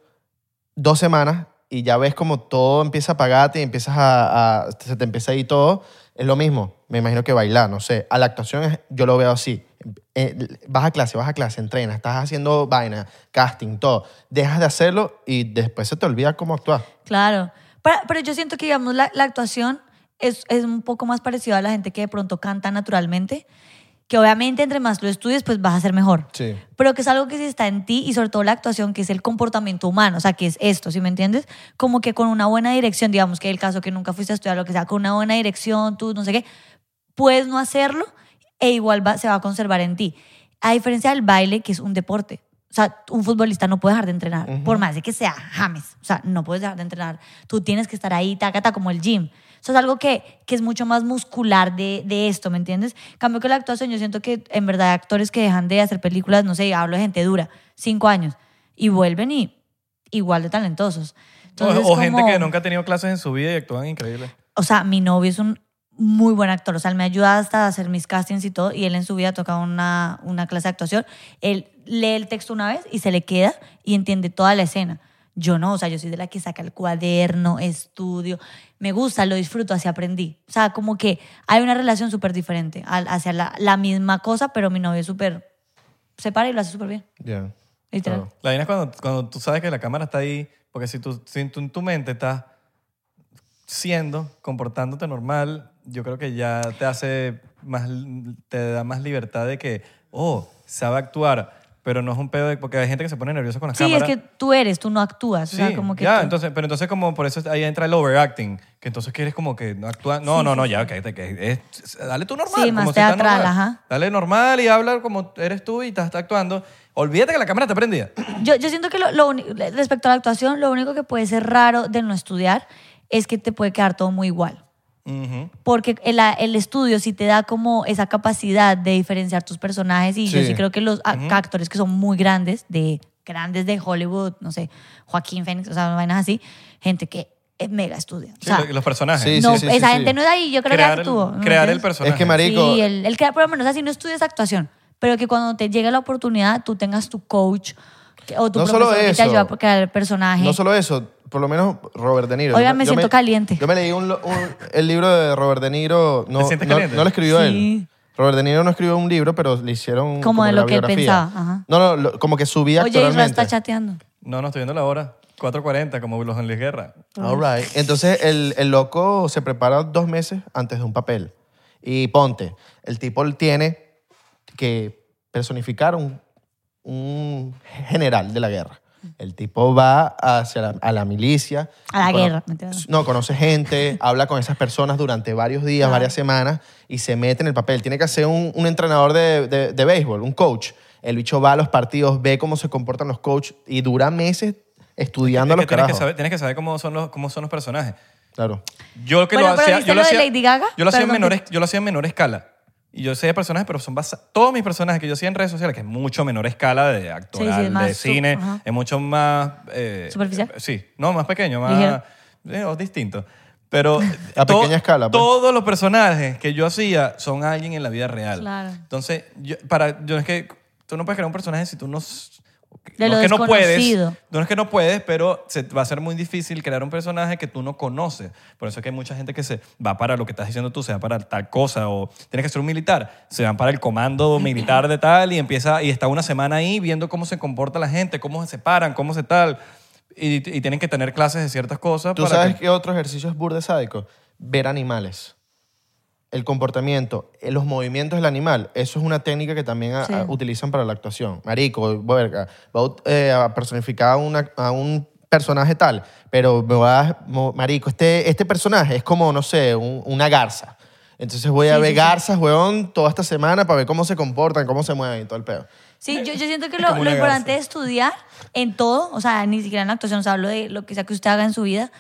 Speaker 2: dos semanas y ya ves como todo empieza a apagarte y empiezas a, a- se te empieza a ir todo. Es lo mismo, me imagino que bailar, no sé. A la actuación es- yo lo veo así. Eh, Vas a clase, vas a clase, entrenas, estás haciendo vaina, casting, todo. Dejas de hacerlo y después se te olvida cómo actuar.
Speaker 3: Claro. Para- pero yo siento que, digamos, la, la actuación es, es un poco más parecida a la gente que de pronto canta naturalmente, que obviamente entre más lo estudies, pues vas a ser mejor.
Speaker 2: Sí.
Speaker 3: Pero que es algo que sí está en ti y sobre todo la actuación, que es el comportamiento humano, o sea, que es esto, ¿sí me entiendes? Como que con una buena dirección, digamos que el caso que nunca fuiste a estudiar, lo que sea, con una buena dirección, tú no sé qué, puedes no hacerlo e igual va- se va a conservar en ti. A diferencia del baile, que es un deporte. O sea, un futbolista no puede dejar de entrenar, por más de que sea James. O sea, no puedes dejar de entrenar. Tú tienes que estar ahí, tacata, como el gym. Eso es algo que, que es mucho más muscular de, de esto, ¿me entiendes? Cambio que la actuación, yo siento que en verdad hay actores que dejan de hacer películas, no sé, hablo de gente dura, cinco años, y vuelven y igual de talentosos.
Speaker 1: O,
Speaker 3: Entonces,
Speaker 1: o gente
Speaker 3: como-
Speaker 1: que nunca ha tenido clases en su vida y actúan increíble.
Speaker 3: o sea, mi novio es un muy buen actor. O sea, él me ayuda hasta a hacer mis castings y todo. Y él en su vida toca una, una clase de actuación. Él lee el texto una vez y se le queda y entiende toda la escena. Yo no, o sea, yo soy de la que saca el cuaderno, estudio. Me gusta, lo disfruto, así aprendí. O sea, como que hay una relación súper diferente al- hacia la, la misma cosa, pero mi novio es súper... Se para y lo hace súper bien,
Speaker 2: Ya.
Speaker 3: literal.
Speaker 2: Claro.
Speaker 1: La vaina es cuando, cuando tú sabes que la cámara está ahí, porque si, tú, si tú en tu mente estás siendo, comportándote normal, yo creo que ya te hace más, te da más libertad de que, oh, sabe actuar, pero no es un pedo de, porque hay gente que se pone nerviosa con las
Speaker 3: Sí,
Speaker 1: cámaras.
Speaker 3: es que tú eres, tú no actúas.
Speaker 1: Sí,
Speaker 3: o sea, como que
Speaker 1: ya,
Speaker 3: tú-
Speaker 1: entonces, pero entonces como por eso ahí entra el overacting, que entonces quieres como que no actúa, no, no, no, ya, ok, te- que es- dale tú normal.
Speaker 3: Sí, más
Speaker 1: como si estás
Speaker 3: teatral,
Speaker 1: normal.
Speaker 3: ajá.
Speaker 1: Dale normal y habla como eres tú y estás, estás actuando. Olvídate que la cámara te prendida. [CLEARS THROAT]
Speaker 3: Yo, yo siento que lo, lo uni- respecto a la actuación, lo único que puede ser raro de no estudiar es que te puede quedar todo muy igual.
Speaker 1: Ujú.
Speaker 3: Porque el, el estudio sí te da como esa capacidad de diferenciar tus personajes y yo
Speaker 2: Sí.
Speaker 3: sí creo que los a- actores que son muy grandes, de grandes de Hollywood, no sé, Joaquín Phoenix, o sea, vainas así, gente que es mega estudia. O
Speaker 1: Sí,
Speaker 3: sea,
Speaker 1: lo- los personajes.
Speaker 2: Sí,
Speaker 3: no,
Speaker 2: sí, sí,
Speaker 3: esa
Speaker 2: sí.
Speaker 3: gente no es ahí, yo creo
Speaker 1: crear,
Speaker 3: que actuó.
Speaker 1: el, crear el personaje.
Speaker 2: Es que marico,
Speaker 3: Sí, el, el que, por lo menos así no estudias actuación, pero que cuando te llegue la oportunidad tú tengas tu coach que- o tu
Speaker 2: No
Speaker 3: profesor
Speaker 2: solo
Speaker 3: que
Speaker 2: eso.
Speaker 3: te ayuda a crear el personaje.
Speaker 2: no solo eso, por lo menos Robert De Niro.
Speaker 3: Oigan,
Speaker 2: Yo
Speaker 3: me siento caliente.
Speaker 2: Yo me leí un, lo- un- el libro de Robert De Niro. No,
Speaker 1: ¿Te sientes
Speaker 2: no,
Speaker 1: caliente?
Speaker 2: no lo escribió
Speaker 3: Sí.
Speaker 2: él. Robert De Niro no escribió un libro, pero le hicieron
Speaker 3: Como de
Speaker 2: la
Speaker 3: lo que él
Speaker 2: biografía.
Speaker 3: pensaba, ajá.
Speaker 2: No, no, lo- como que su vida
Speaker 3: Oye, Israel
Speaker 2: actualmente.
Speaker 3: está chateando.
Speaker 1: No, no, estoy viendo la hora. 4.40, como los en Luis Guerra.
Speaker 2: All right. Entonces el, el loco se prepara dos meses antes de un papel. Y ponte, el tipo tiene que personificar un, un general de la guerra. El tipo va hacia la, a la milicia.
Speaker 3: A la
Speaker 2: Cono-
Speaker 3: guerra, mentira.
Speaker 2: No, conoce gente, habla con esas personas durante varios días, varias semanas y se mete en el papel. Tiene que hacer un, un entrenador de, de- de béisbol, un coach. El bicho va a los partidos, ve cómo se comportan los coaches y dura meses estudiando
Speaker 1: Es
Speaker 2: a los
Speaker 1: que tienes, que
Speaker 2: carajos.
Speaker 1: saber, tienes que saber cómo son los, cómo son los personajes.
Speaker 2: Claro.
Speaker 1: Yo que
Speaker 3: Bueno,
Speaker 1: lo
Speaker 3: pero
Speaker 1: hacía,
Speaker 3: ¿viste
Speaker 1: yo lo
Speaker 3: lo de
Speaker 1: hacía,
Speaker 3: Lady Gaga?
Speaker 1: Yo lo hacía en
Speaker 3: Perdón,
Speaker 1: menor, yo lo hacía en menor escala. Y yo sé de personajes, pero son basa- todos mis personajes que yo hacía en redes sociales, que es mucho menor escala de actoral,
Speaker 3: Sí, sí, es más
Speaker 1: de
Speaker 3: su-
Speaker 1: cine,
Speaker 3: ajá.
Speaker 1: es mucho más... eh,
Speaker 3: ¿Superficial?
Speaker 1: eh, sí, no, más pequeño, más...
Speaker 3: Ligero.
Speaker 1: eh, o distinto. Pero...
Speaker 2: [LAUGHS] A
Speaker 1: to-
Speaker 2: pequeña escala, pues.
Speaker 1: Todos los personajes que yo hacía son alguien en la vida real.
Speaker 3: Claro.
Speaker 1: Entonces, yo, para, yo es que tú no puedes crear un personaje si tú no... s-
Speaker 3: De
Speaker 1: no
Speaker 3: lo
Speaker 1: es que no puedes,
Speaker 3: desconocido.
Speaker 1: no es que no puedes, pero se, va a ser muy difícil crear un personaje que tú no conoces. Por eso es que hay mucha gente que se va para lo que estás diciendo tú, se va para tal cosa, o tienes que ser un militar, se van para el
Speaker 3: [CLEARS THROAT]
Speaker 1: comando militar de tal y empieza y está una semana ahí viendo cómo se comporta la gente, cómo se paran, cómo se tal. Y, y tienen que tener clases de ciertas cosas.
Speaker 2: ¿Tú
Speaker 1: para
Speaker 2: sabes
Speaker 1: que-
Speaker 2: qué otro ejercicio es burde sádico? Ver animales. El comportamiento, eh, los movimientos del animal. Eso es una técnica que también a-
Speaker 3: Sí.
Speaker 2: a- utilizan para la actuación. Marico, verga, va a ut- eh, a personificar a, una- a un personaje tal, pero me va a- mo- marico, este, este personaje es como, no sé, un- una garza. Entonces voy a
Speaker 3: Sí,
Speaker 2: ver
Speaker 3: sí, sí.
Speaker 2: garzas, weón, toda esta semana para ver cómo se comportan, cómo se mueven y todo el pedo.
Speaker 3: Sí, yo, yo siento que lo,
Speaker 1: Como
Speaker 3: lo
Speaker 1: una
Speaker 3: importante
Speaker 1: garza.
Speaker 3: de estudiar en todo, o sea, ni siquiera en la actuación, o sea, hablo de lo que sea que usted haga en su vida,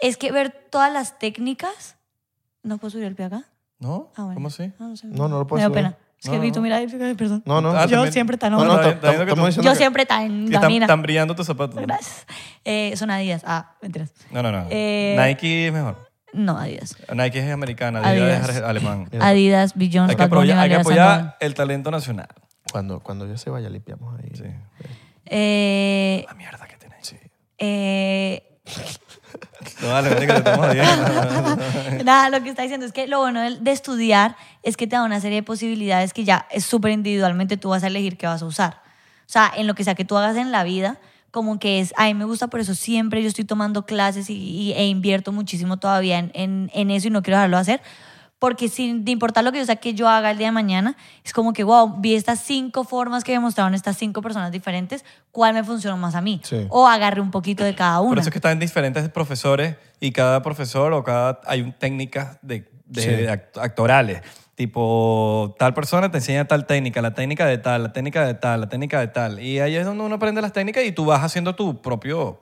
Speaker 3: es que ver todas las técnicas. ¿No puedo subir el pie acá?
Speaker 1: ¿No?
Speaker 3: Ah, bueno.
Speaker 1: ¿Cómo así?
Speaker 3: Ah, sé.
Speaker 2: No, no lo puedo
Speaker 3: Me dio
Speaker 2: subir.
Speaker 3: pena. Es
Speaker 1: No,
Speaker 3: que
Speaker 1: no,
Speaker 3: vi
Speaker 1: no.
Speaker 3: tu mirada y ay, perdón.
Speaker 2: No, no.
Speaker 1: Ah,
Speaker 3: yo
Speaker 1: también-
Speaker 3: siempre tan
Speaker 2: No, no,
Speaker 3: honesta.
Speaker 2: tam-
Speaker 1: está viendo que
Speaker 2: tam-
Speaker 1: tú-
Speaker 3: Yo
Speaker 2: estamos diciendo que-
Speaker 3: siempre tan
Speaker 1: Y Están,
Speaker 3: gamina.
Speaker 1: están brillando tus zapatos.
Speaker 3: Gracias. Eh, son Adidas. Ah, mentiras.
Speaker 1: No, no, no.
Speaker 3: Eh,
Speaker 1: Nike es mejor.
Speaker 3: No, Adidas.
Speaker 1: Nike es americana,
Speaker 3: Adidas.
Speaker 1: Adidas es
Speaker 2: [LAUGHS]
Speaker 1: alemán.
Speaker 3: Adidas, Billions,
Speaker 1: Hay que
Speaker 3: Bad Bunny,
Speaker 1: apoyar, hay que
Speaker 3: Valeria
Speaker 1: apoyar
Speaker 3: Sandoval.
Speaker 1: el talento nacional.
Speaker 2: Cuando, cuando yo se vaya, limpiamos ahí.
Speaker 1: Sí.
Speaker 3: Eh,
Speaker 1: La mierda que tiene. Sí.
Speaker 3: eh,
Speaker 1: No, vale, vale, que te estamos jodiendo.
Speaker 3: [LAUGHS] Nada, lo que está diciendo es que lo bueno del- de, estudiar es que te da una serie de posibilidades que ya es súper individualmente tú vas a elegir qué vas a usar. O sea, en lo que sea que tú hagas en la vida, como que es, a mí me gusta, por eso siempre yo estoy tomando clases y, y- e invierto muchísimo todavía en, en- en eso y no quiero dejarlo de hacer. Porque sin de importar lo que yo, sea que yo haga el día de mañana, es como que, wow, vi estas cinco formas que me mostraron estas cinco personas diferentes, ¿cuál me funcionó más a mí?
Speaker 2: Sí.
Speaker 3: O agarré un poquito de cada una.
Speaker 1: Por eso es que están diferentes profesores y cada profesor o cada. Hay un técnicas de, de
Speaker 2: Sí.
Speaker 1: act- actorales. Tipo, tal persona te enseña tal técnica, la técnica de tal, la técnica de tal, la técnica de tal. Y ahí es donde uno aprende las técnicas y tú vas haciendo tu propio,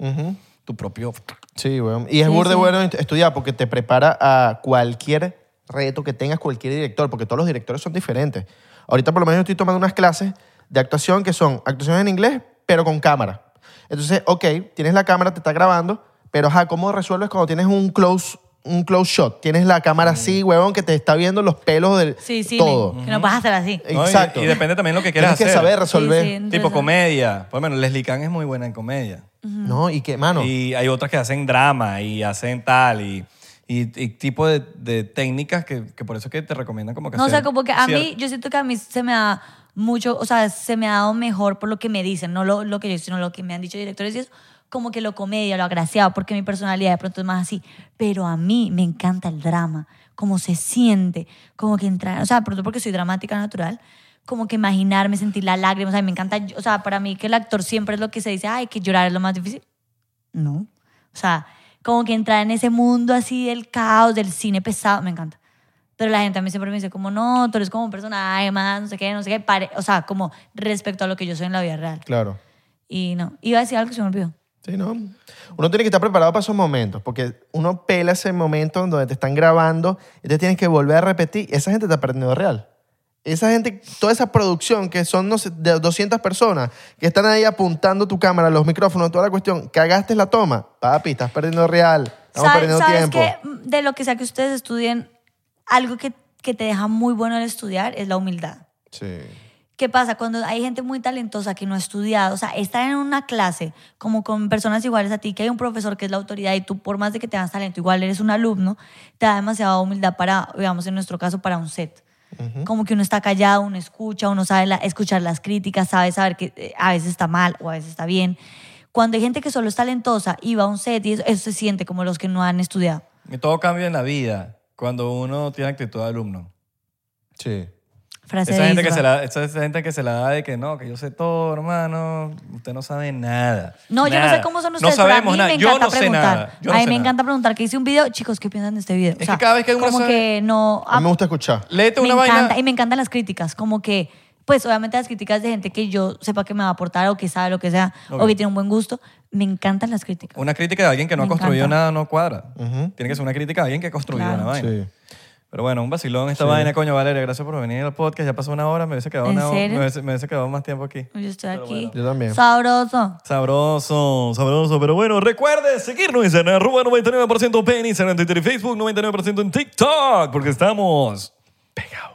Speaker 1: tu propio
Speaker 2: Sí, weón. Y es burde bueno est- estudiar porque te prepara a cualquier reto que tengas cualquier director, porque todos los directores son diferentes. Ahorita por lo menos estoy tomando unas clases de actuación que son actuación en inglés, pero con cámara. Entonces, ok, tienes la cámara, te está grabando, pero ajá, ¿cómo resuelves cuando tienes un close, un close shot? Tienes la cámara así, huevón, que te está viendo los pelos del
Speaker 3: Sí, sí,
Speaker 2: todo.
Speaker 3: que no vas a hacer así.
Speaker 1: ¿no? Y-
Speaker 2: Exacto.
Speaker 1: Y, depende también lo que quieras
Speaker 2: tienes que
Speaker 1: hacer.
Speaker 2: saber resolver.
Speaker 3: Sí, sí.
Speaker 1: Tipo
Speaker 3: Entonces-
Speaker 1: comedia. Por lo menos Leslie Kahn es muy buena en comedia.
Speaker 2: No, y que, mano,
Speaker 1: Y hay otras que hacen drama y hacen tal y, y, y tipo de, de técnicas que, que por eso es que te recomiendan como que
Speaker 3: No, o sea,
Speaker 1: hacer
Speaker 3: como que a mí,
Speaker 1: cier-
Speaker 3: yo siento que a mí se me da mucho, o sea, se me ha dado mejor por lo que me dicen, no lo, lo que yo, sino lo que me han dicho directores y eso, como que lo comedia, lo agraciado, porque mi personalidad de pronto es más así. Pero a mí me encanta el drama, cómo se siente, como que entrar, o sea, de pronto porque soy dramática natural, como que imaginarme, sentir la lágrima, o sea, me encanta, o sea, para mí que el actor siempre es lo que se dice, ay, que llorar es lo más difícil. No. O sea, como que entrar en ese mundo así del caos, del cine pesado, me encanta. Pero la gente a mí siempre me dice como, no, tú eres como un personaje más, no sé qué, no sé qué. pare-". o sea, como respecto a lo que yo soy en la vida real.
Speaker 2: claro.
Speaker 3: Y no, iba a decir algo que se me olvidó.
Speaker 2: Sí, ¿no? Uno tiene que estar preparado para esos momentos, porque uno pela ese momento en donde te están grabando, entonces tienes que volver a repetir. Esa gente está perdiendo real. Esa gente, toda esa producción que son no sé, de 200 personas que están ahí apuntando tu cámara, los micrófonos, toda la cuestión, cagaste la toma, papi, estás perdiendo real, estamos
Speaker 3: ¿Sabe-
Speaker 2: perdiendo
Speaker 3: ¿Sabes
Speaker 2: tiempo.
Speaker 3: qué? Mm, De lo que sea que ustedes estudien, algo que, que te deja muy bueno el estudiar es la humildad.
Speaker 2: Sí.
Speaker 3: ¿Qué pasa? Cuando hay gente muy talentosa que no ha estudiado, o sea, estar en una clase como con personas iguales a ti, que hay un profesor que es la autoridad y tú por más de que tengas talento, igual eres un alumno, te da demasiada humildad para, digamos en nuestro caso, para un set. Como que uno está callado, uno escucha, uno sabe la- escuchar las críticas, sabe saber que eh, a veces está mal o a veces está bien. Cuando hay gente que solo es talentosa y va a un set y eso, eso se siente como los que no han estudiado.
Speaker 1: Y todo cambia en la vida cuando uno tiene actitud de alumno.
Speaker 2: Sí.
Speaker 3: Frase
Speaker 1: Esa
Speaker 3: de
Speaker 1: gente, que
Speaker 3: Isra.
Speaker 1: se la, esa, esa gente que se la da de que no, que yo sé todo, hermano. Usted no sabe nada.
Speaker 3: No, yo no
Speaker 1: Nada.
Speaker 3: sé cómo son ustedes.
Speaker 1: No
Speaker 3: pero
Speaker 1: sabemos
Speaker 3: a
Speaker 1: nada.
Speaker 3: mí me
Speaker 1: yo
Speaker 3: encanta
Speaker 1: no sé
Speaker 3: preguntar.
Speaker 1: nada. Yo no
Speaker 3: a mí
Speaker 1: sé
Speaker 3: me
Speaker 1: nada.
Speaker 3: encanta preguntar que hice un video. Chicos, ¿qué piensan de este video?
Speaker 1: que cada vez que uno
Speaker 3: Como
Speaker 1: sabe-
Speaker 3: que no... ah,
Speaker 2: A mí me gusta escuchar.
Speaker 1: Léete
Speaker 3: me
Speaker 1: una vaina.
Speaker 3: encanta, Y me encantan las críticas. Como que, pues obviamente las críticas de gente que yo sepa que me va a aportar o que sabe lo que sea o
Speaker 1: Ok.
Speaker 3: que tiene un buen gusto. Me encantan las críticas.
Speaker 1: Una crítica de alguien que no
Speaker 3: Me
Speaker 1: ha construido
Speaker 3: encanta.
Speaker 1: nada no cuadra. Tiene que ser una crítica de alguien que ha construido
Speaker 3: Claro.
Speaker 1: una vaina.
Speaker 2: Sí.
Speaker 1: Pero bueno, un vacilón esta vaina, coño, Valeria. Gracias por venir al podcast. Ya pasó una hora, me hubiese quedado,
Speaker 3: ¿En
Speaker 1: una hora-
Speaker 3: serio?
Speaker 1: me hubiese- me hubiese quedado más tiempo aquí.
Speaker 3: Yo estoy aquí.
Speaker 2: Yo también.
Speaker 3: Sabroso.
Speaker 1: Sabroso, sabroso, pero bueno, recuerde seguirnos en arroba 99% Penny, en Twitter y Facebook, 99% en TikTok, porque estamos pegado,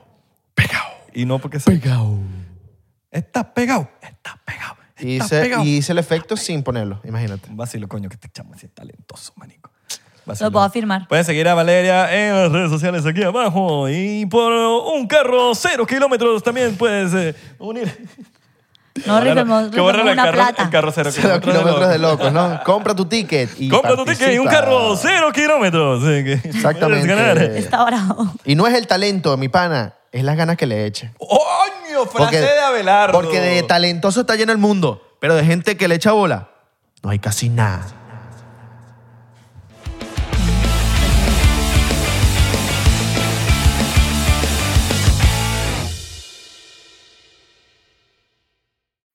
Speaker 1: pegado. Y no porque está pegado. Estás pegado, estás pegado,
Speaker 2: Y
Speaker 1: estás
Speaker 2: hice,
Speaker 1: pegado.
Speaker 2: y hice el efecto sin ponerlo, imagínate.
Speaker 1: Un vacilo, coño, que este chamo así es talentoso, manico.
Speaker 3: Lo puedo afirmar.
Speaker 1: Pueden seguir a Valeria en las redes sociales aquí abajo y por un carro cero kilómetros también puedes eh, unir.
Speaker 3: No rifemos,
Speaker 1: Que borran
Speaker 3: rifemos
Speaker 1: el
Speaker 3: una
Speaker 1: carro,
Speaker 3: plata.
Speaker 1: el carro cero
Speaker 2: Cero
Speaker 1: kilómetros de
Speaker 2: kilómetros
Speaker 1: loco.
Speaker 2: de locos, ¿no? Compra tu ticket y
Speaker 1: Compra tu ticket y un
Speaker 2: participa.
Speaker 1: carro cero kilómetros. Sí, que [LAUGHS]
Speaker 2: Exactamente.
Speaker 1: puedes ganar.
Speaker 3: Está bravo.
Speaker 2: Y no es el talento, mi pana, es las ganas que le eche.
Speaker 1: ¡Coño! Frase de Abelardo.
Speaker 2: Porque de talentoso está lleno el mundo, pero de gente que le echa bola, no hay casi nada.